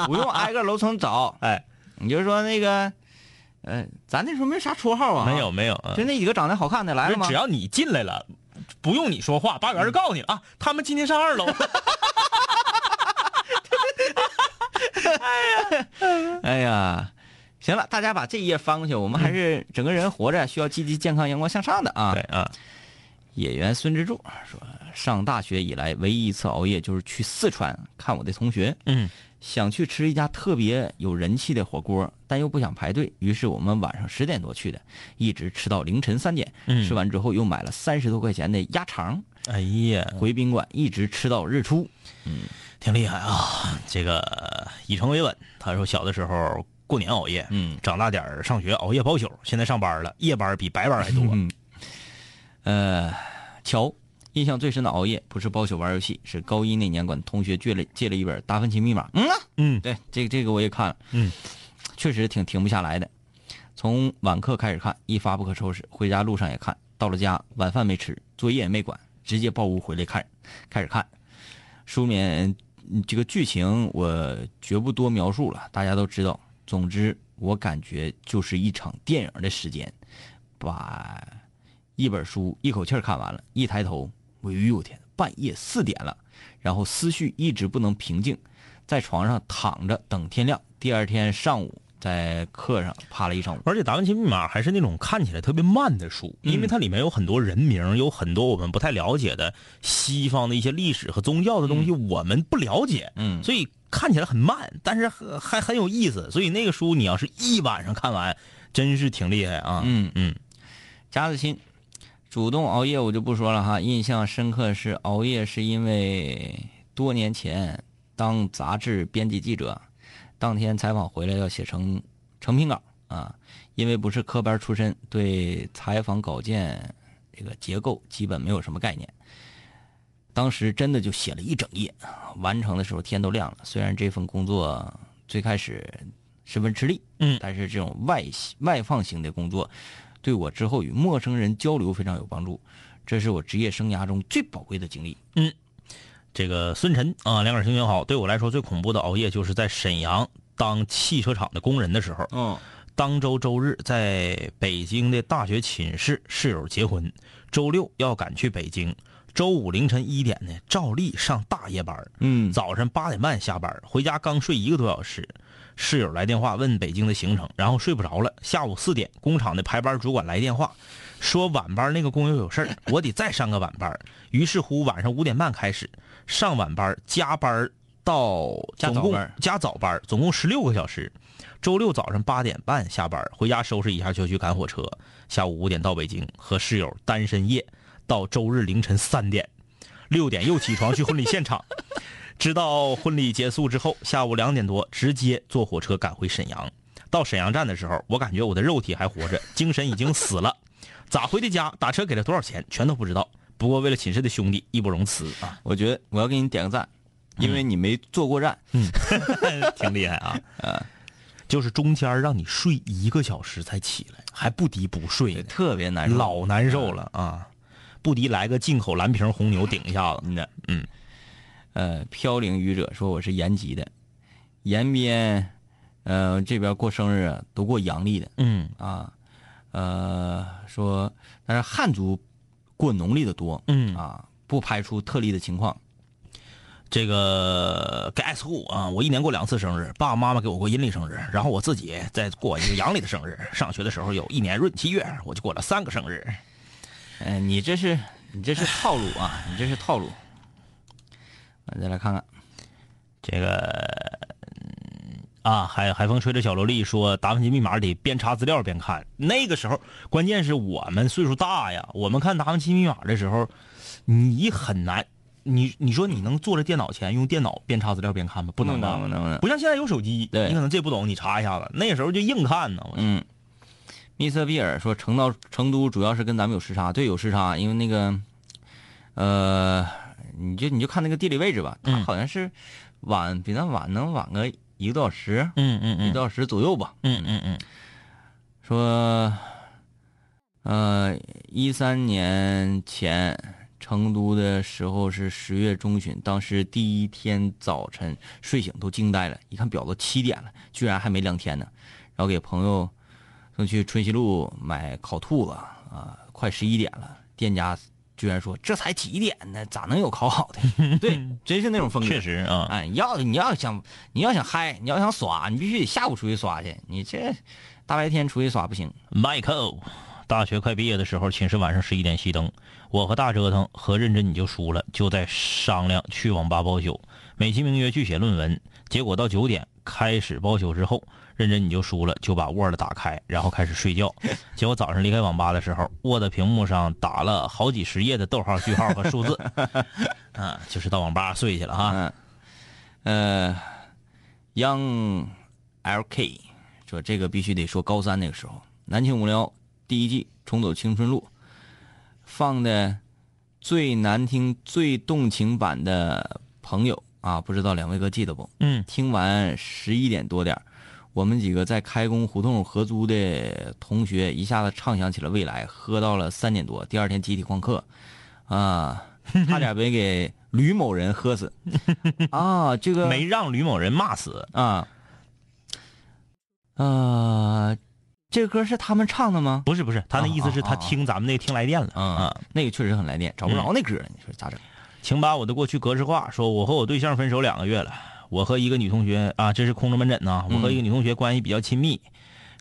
Speaker 3: 不用挨个楼层找，
Speaker 4: 哎，
Speaker 3: 你就说那个，呃，咱那时候没啥绰号啊，
Speaker 4: 没有，没有，嗯
Speaker 3: 啊就那几个长得好看的来了
Speaker 4: 就
Speaker 3: 吗嗯
Speaker 4: 只？要你进来了，
Speaker 7: 不用你说话，八元就告诉你了啊，他们今天上二 楼。
Speaker 3: 哎呀，行了，大家把这一页翻过去，我们还是整个人活着需要积极、健康、阳光向上的啊。
Speaker 7: 对啊，
Speaker 3: 演员孙之助说，上大学以来唯一一次熬夜就是去四川看我的同学，
Speaker 7: 嗯，
Speaker 3: 想去吃一家特别有人气的火锅，但又不想排队，于是我们晚上十点多去的，一直吃到凌晨三点，
Speaker 7: 嗯
Speaker 3: 吃完之后又买了三十多块钱的鸭肠，
Speaker 4: 哎呀，
Speaker 3: 回宾馆一直吃到日出。
Speaker 4: 挺厉害啊！这个以诚为稳，他说小的时候过年熬夜，
Speaker 3: 嗯，
Speaker 4: 长大点儿上学熬夜包宿，现在上班了，夜班比白班还多。
Speaker 3: 嗯呃，乔，印象最深的熬夜不是包宿玩游戏，是高一那年管同学借了借了一本《达芬奇密码》。嗯啊，
Speaker 4: 嗯
Speaker 3: 对，这个这个我也看了，
Speaker 4: 嗯，
Speaker 3: 确实挺停不下来的。从晚课开始看，一发不可收拾，回家路上也看，到了家晚饭没吃，作业也没管，直接抱屋回来看，开始看。书面嗯这个剧情我绝不多描述了，大家都知道。总之，我感觉就是一场电影的时间，把一本书一口气儿看完了，一抬头，哎呦我天，半夜四点了，然后思绪一直不能平静，在床上躺着等天亮。第二天上午在课上趴了一上午。
Speaker 4: 而且《达芬奇密码》还是那种看起来特别慢的书，
Speaker 3: 嗯
Speaker 4: 因为它里面有很多人名，有很多我们不太了解的西方的一些历史和宗教的东西，我们不了解，
Speaker 3: 嗯
Speaker 4: 所以看起来很慢，但是很还很有意思。所以那个书你要是一晚上看完，真是挺厉害啊！
Speaker 3: 嗯
Speaker 4: 嗯，
Speaker 3: 贾子欣，主动熬夜我就不说了哈，印象深刻是熬夜是因为多年前当杂志编辑记者，当天采访回来要写成成品稿啊，因为不是科班出身，对采访稿件这个结构基本没有什么概念。当时真的就写了一整夜，完成的时候天都亮了。虽然这份工作最开始十分吃力，
Speaker 4: 嗯
Speaker 3: 但是这种外外放型的工作，对我之后与陌生人交流非常有帮助，这是我职业生涯中最宝贵的经历。
Speaker 4: 这个孙晨啊，两杆儿星星好，对我来说最恐怖的熬夜就是在沈阳当汽车厂的工人的时候，
Speaker 3: 嗯，
Speaker 4: 当周周日在北京的大学寝室室友结婚，周六要赶去北京，周五凌晨一点呢照例上大夜班儿，
Speaker 3: 嗯
Speaker 4: 早晨八点半下班儿，回家刚睡一个多小时，室友来电话问北京的行程，然后睡不着了，下午四点工厂的排班主管来电话。说晚班那个工友有事儿，我得再上个晚班儿。于是乎，晚上五点半开始上晚班儿，加班儿到
Speaker 3: 加
Speaker 4: 总
Speaker 3: 早
Speaker 4: 共
Speaker 3: 班儿
Speaker 4: 加早班儿，总共十六个小时。周六早上八点半下班，回家收拾一下就去赶火车，下午五点到北京，和室友单身夜到周日凌晨三点，六点又起床去婚礼现 场，直到婚礼结束之后，下午两点多直接坐火车赶回沈阳。到沈阳站的时候，我感觉我的肉体还活着，精神已经死了。咋回的家？打车给了多少钱？全都不知道。不过为了寝室的兄弟，义不容辞啊，
Speaker 3: 我觉得我要给你点个赞，因为你没坐过站。
Speaker 4: 挺厉害 啊。就是中间让你睡一个小时才起来，还不敌不睡呢。
Speaker 3: 特别难受，
Speaker 4: 老难受了啊！不敌来个进口蓝瓶红牛顶一下子，
Speaker 3: 嗯的，嗯，呃，飘零愚者说我是延吉的，延边，呃，这边过生日啊都过阳历的
Speaker 4: 嗯
Speaker 3: 啊，呃，说但是汉族过农历的多，
Speaker 4: 嗯
Speaker 3: 啊，不排除特例的情况，
Speaker 4: 这个给爱醋啊，我一年过两次生日，爸爸妈妈给我过阴历生日，然后我自己再过一个阳历的生日。上学的时候有一年闰七月，我就过了三个生日。
Speaker 3: 呃，你这是你这是套路啊，你这是套路，我再来看看，
Speaker 4: 这个嗯啊，海海风吹着小萝莉说，《达芬奇密码》得边查资料边看。那个时候，关键是我们岁数大呀，我们看《达芬奇密码》的时候，你很难，你你说你能坐在电脑前用电脑边查资料边看吗？不能吧？
Speaker 3: 不能不能
Speaker 4: 不像现在有手机，
Speaker 3: 对
Speaker 4: 你可能这不懂，你查一下子。那时候就硬看呢。我
Speaker 3: 嗯，密瑟比尔说成到成都主要是跟咱们有时差，对，有时差，因为那个，呃，你就你就看那个地理位置吧，它好像是晚比咱晚能晚个一个多小时，
Speaker 4: 嗯嗯
Speaker 3: 一个多小时左右吧。
Speaker 4: 嗯嗯嗯，
Speaker 3: 说，呃，一三年前成都的时候是十月中旬，当时第一天早晨睡醒都惊呆了，一看表都七点了，居然还没两天呢。然后给朋友送去春熙路买烤兔子啊，快十一点了，店家居然说这才几点呢，咋能有烤好的？对，真是那种风格。
Speaker 4: 确实啊
Speaker 3: 哎，要你要想你要想嗨，你要想耍，你必须得下午出去耍去，你这大白天出去耍不行。
Speaker 8: Michael，
Speaker 4: 大学快毕业的时候，寝室晚上十一点熄灯，我和大折腾和认真你就输了，就在商量去网吧包宿，美其名曰去写论文。结果到九点开始包宿之后，认真你就输了，就把 Word 打开，然后开始睡觉。结果早上离开网吧的时候，Word 屏幕上打了好几十页的逗号、句号和数 字，啊，就是到网吧睡去了哈。
Speaker 3: 呃，Young LK 说这个必须得说高三那个时候，《南青无聊》第一季重走青春路放的最难听、最动情版的朋友啊，不知道两位哥记得不？
Speaker 4: 嗯，
Speaker 3: 听完十一点多点儿我们几个在开工胡同合租的同学一下子畅想起了未来，喝到了三点多，第二天集体旷课，啊，差点没给吕某人喝 死。啊，这个
Speaker 4: 没让吕某人骂死，
Speaker 3: 啊，呃，这歌是他们唱的吗？
Speaker 4: 不是不是，他那意思是
Speaker 3: 啊啊
Speaker 4: 他
Speaker 3: 啊啊嗯
Speaker 4: 听咱们那个听来电了啊。
Speaker 3: 那个确实很来电，找不着
Speaker 4: 嗯
Speaker 3: 那歌了，你说咋整？
Speaker 4: 请把我的过去格式化。说我和我对象分手两个月了，我和一个女同学啊，这是空中门诊呐、我
Speaker 3: 嗯
Speaker 4: 和一个女同学关系比较亲密，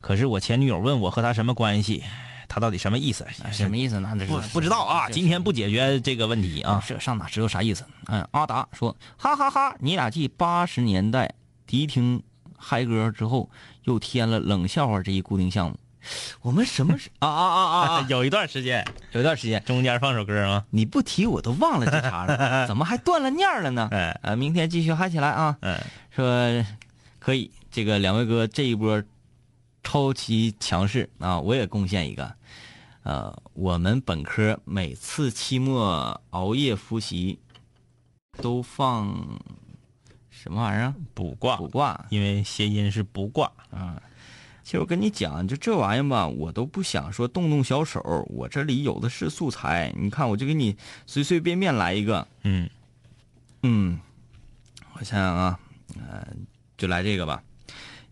Speaker 4: 可是我前女友问我和她什么关系，她到底什么意思？
Speaker 3: 哎什么意思呢？这是
Speaker 4: 不不知道啊，
Speaker 3: 这
Speaker 4: 今天不解决这个问题啊。
Speaker 3: 这上哪知道啥意思？嗯，阿达说，哈哈哈你俩继八十年代迪厅嗨歌之后，又添了冷笑话这一固定项目。我们什 么时啊啊啊啊啊！
Speaker 4: 有一段时间，
Speaker 3: 有一段时间
Speaker 4: 中间放首歌吗？
Speaker 3: 你不提我都忘了这茬 了，怎么还断了念儿了呢？
Speaker 4: 哎
Speaker 3: 呃，明天继续嗨起来啊！
Speaker 4: 嗯，
Speaker 3: 说可以，这个两位哥这一波超级强势啊！我也贡献一个，呃，我们本科每次期末熬夜复习都放什么玩意儿啊？
Speaker 4: 卜卦
Speaker 3: 卜，卦。
Speaker 4: 因为谐音是不卦。
Speaker 3: 其实我跟你讲，就这玩意儿吧，我都不想说动动小手，我这里有的是素材。你看，我就给你随随便便来一个。
Speaker 4: 嗯
Speaker 3: 嗯，我想想啊，呃，就来这个吧。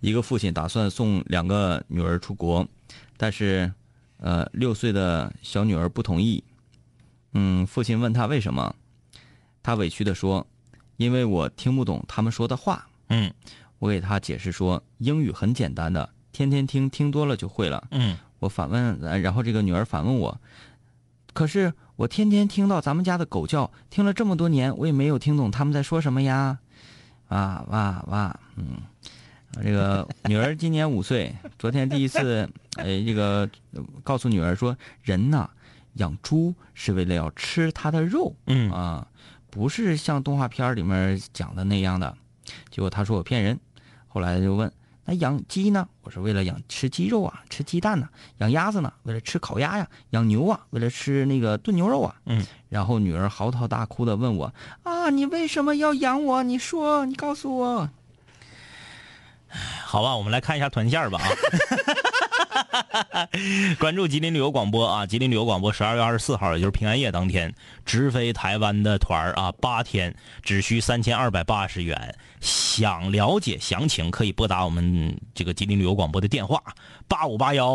Speaker 3: 一个父亲打算送两个女儿出国，但是，呃，六岁的小女儿不同意。嗯，父亲问他为什么，他委屈的说：“因为我听不懂他们说的话。”
Speaker 4: 嗯
Speaker 3: 我给他解释说，英语很简单的，天天听，听多了就会了。
Speaker 4: 嗯，
Speaker 3: 我反问，呃然后这个女儿反问我，可是我天天听到咱们家的狗叫，听了这么多年，我也没有听懂他们在说什么呀！哇哇哇，嗯，啊这个女儿今年五岁，昨天第一次， 哎，这个呃告诉女儿说，人呐，养猪是为了要吃它的肉，
Speaker 4: 嗯
Speaker 3: 啊，不是像动画片儿里面讲的那样的。结果她说我骗人，后来就问。那养鸡呢？我是为了养吃鸡肉啊，吃鸡蛋呢、养鸭子呢，为了吃烤鸭呀；养牛啊，为了吃那个炖牛肉啊。
Speaker 4: 嗯。
Speaker 3: 然后女儿嚎啕大哭的问我：“啊，你为什么要养我？你说，你告诉我。
Speaker 4: 好吧，我们来看一下团线儿吧啊。 关注吉林旅游广播啊！吉林旅游广播十二月二十四号，也就是平安夜当天，直飞台湾的团儿啊，八天只需三千二百八十元。想了解详情，可以拨打我们这个吉林旅游广播的电话八五八幺，”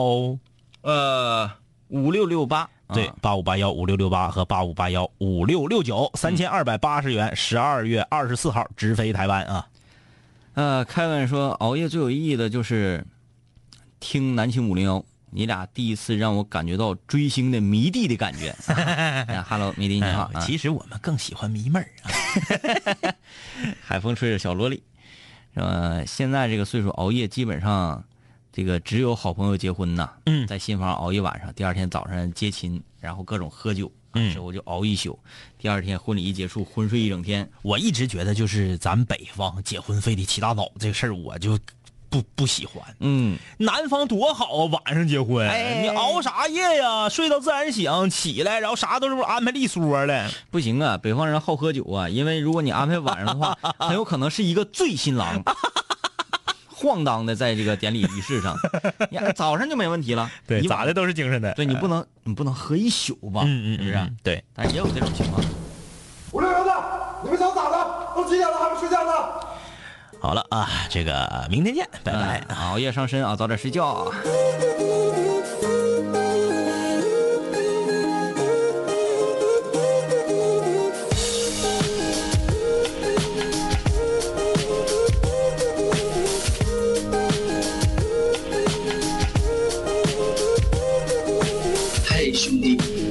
Speaker 3: 呃，五六六八。
Speaker 4: 对，八五八幺五六六八和八五八幺五六六九，三千二百八十元，十二月二十四号直飞台湾啊！
Speaker 3: 呃，凯文说，熬夜最有意义的就是听南青五零幺。你俩第一次让我感觉到追星的迷弟的 感觉。啊、哈喽，迷弟你
Speaker 4: 哎
Speaker 3: 好。 啊
Speaker 8: 其实我们更喜欢迷妹儿啊。
Speaker 3: 海风吹着小萝莉，是吧？呃现在这个岁数熬夜，基本上这个只有好朋友结婚呐，嗯，在新房熬一晚上，第二天早上接亲，然后各种喝酒，嗯，之后就熬一宿，第二天婚礼一结束，昏睡一整天。
Speaker 8: 我一直觉得就是咱北方结婚非得起大早这个事儿，我就不不喜欢。
Speaker 3: 嗯，
Speaker 8: 南方多好啊，晚上结婚，
Speaker 3: 哎
Speaker 8: 你熬啥夜呀？睡到自然醒，起来然后啥都是不是安排利索了。
Speaker 3: 不行啊，北方人好喝酒啊，因为如果你安排晚上的 话，很有可能是一个醉新郎。晃荡的在这个典礼仪式上，你看早上就没问题了。你晚
Speaker 4: 咋的都是精神的。
Speaker 3: 对你不能你不能喝一宿吧？
Speaker 4: 嗯嗯
Speaker 3: 是不
Speaker 8: 啊
Speaker 3: 是
Speaker 4: 嗯？对，
Speaker 3: 但是也有这种情况。
Speaker 9: 五六零的，你们想咋的？都几点了还不睡觉呢？
Speaker 8: 好了啊，这个明天见，拜
Speaker 4: 哎
Speaker 8: 拜。
Speaker 3: 嗯熬夜伤身啊，早点睡觉啊。
Speaker 10: Thank you.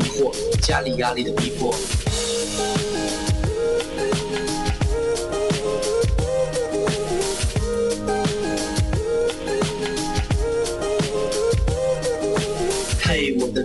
Speaker 11: 惑，家里压力的逼迫。嘿，我的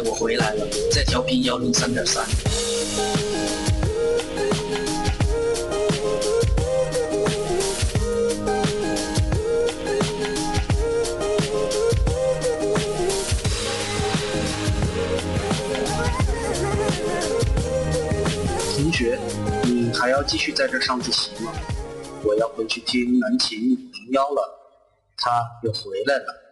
Speaker 11: 我回来了，在调频幺零三点三。同学，你还要继续在这儿上自习吗？我要回去听南琴零幺了，他又回来了。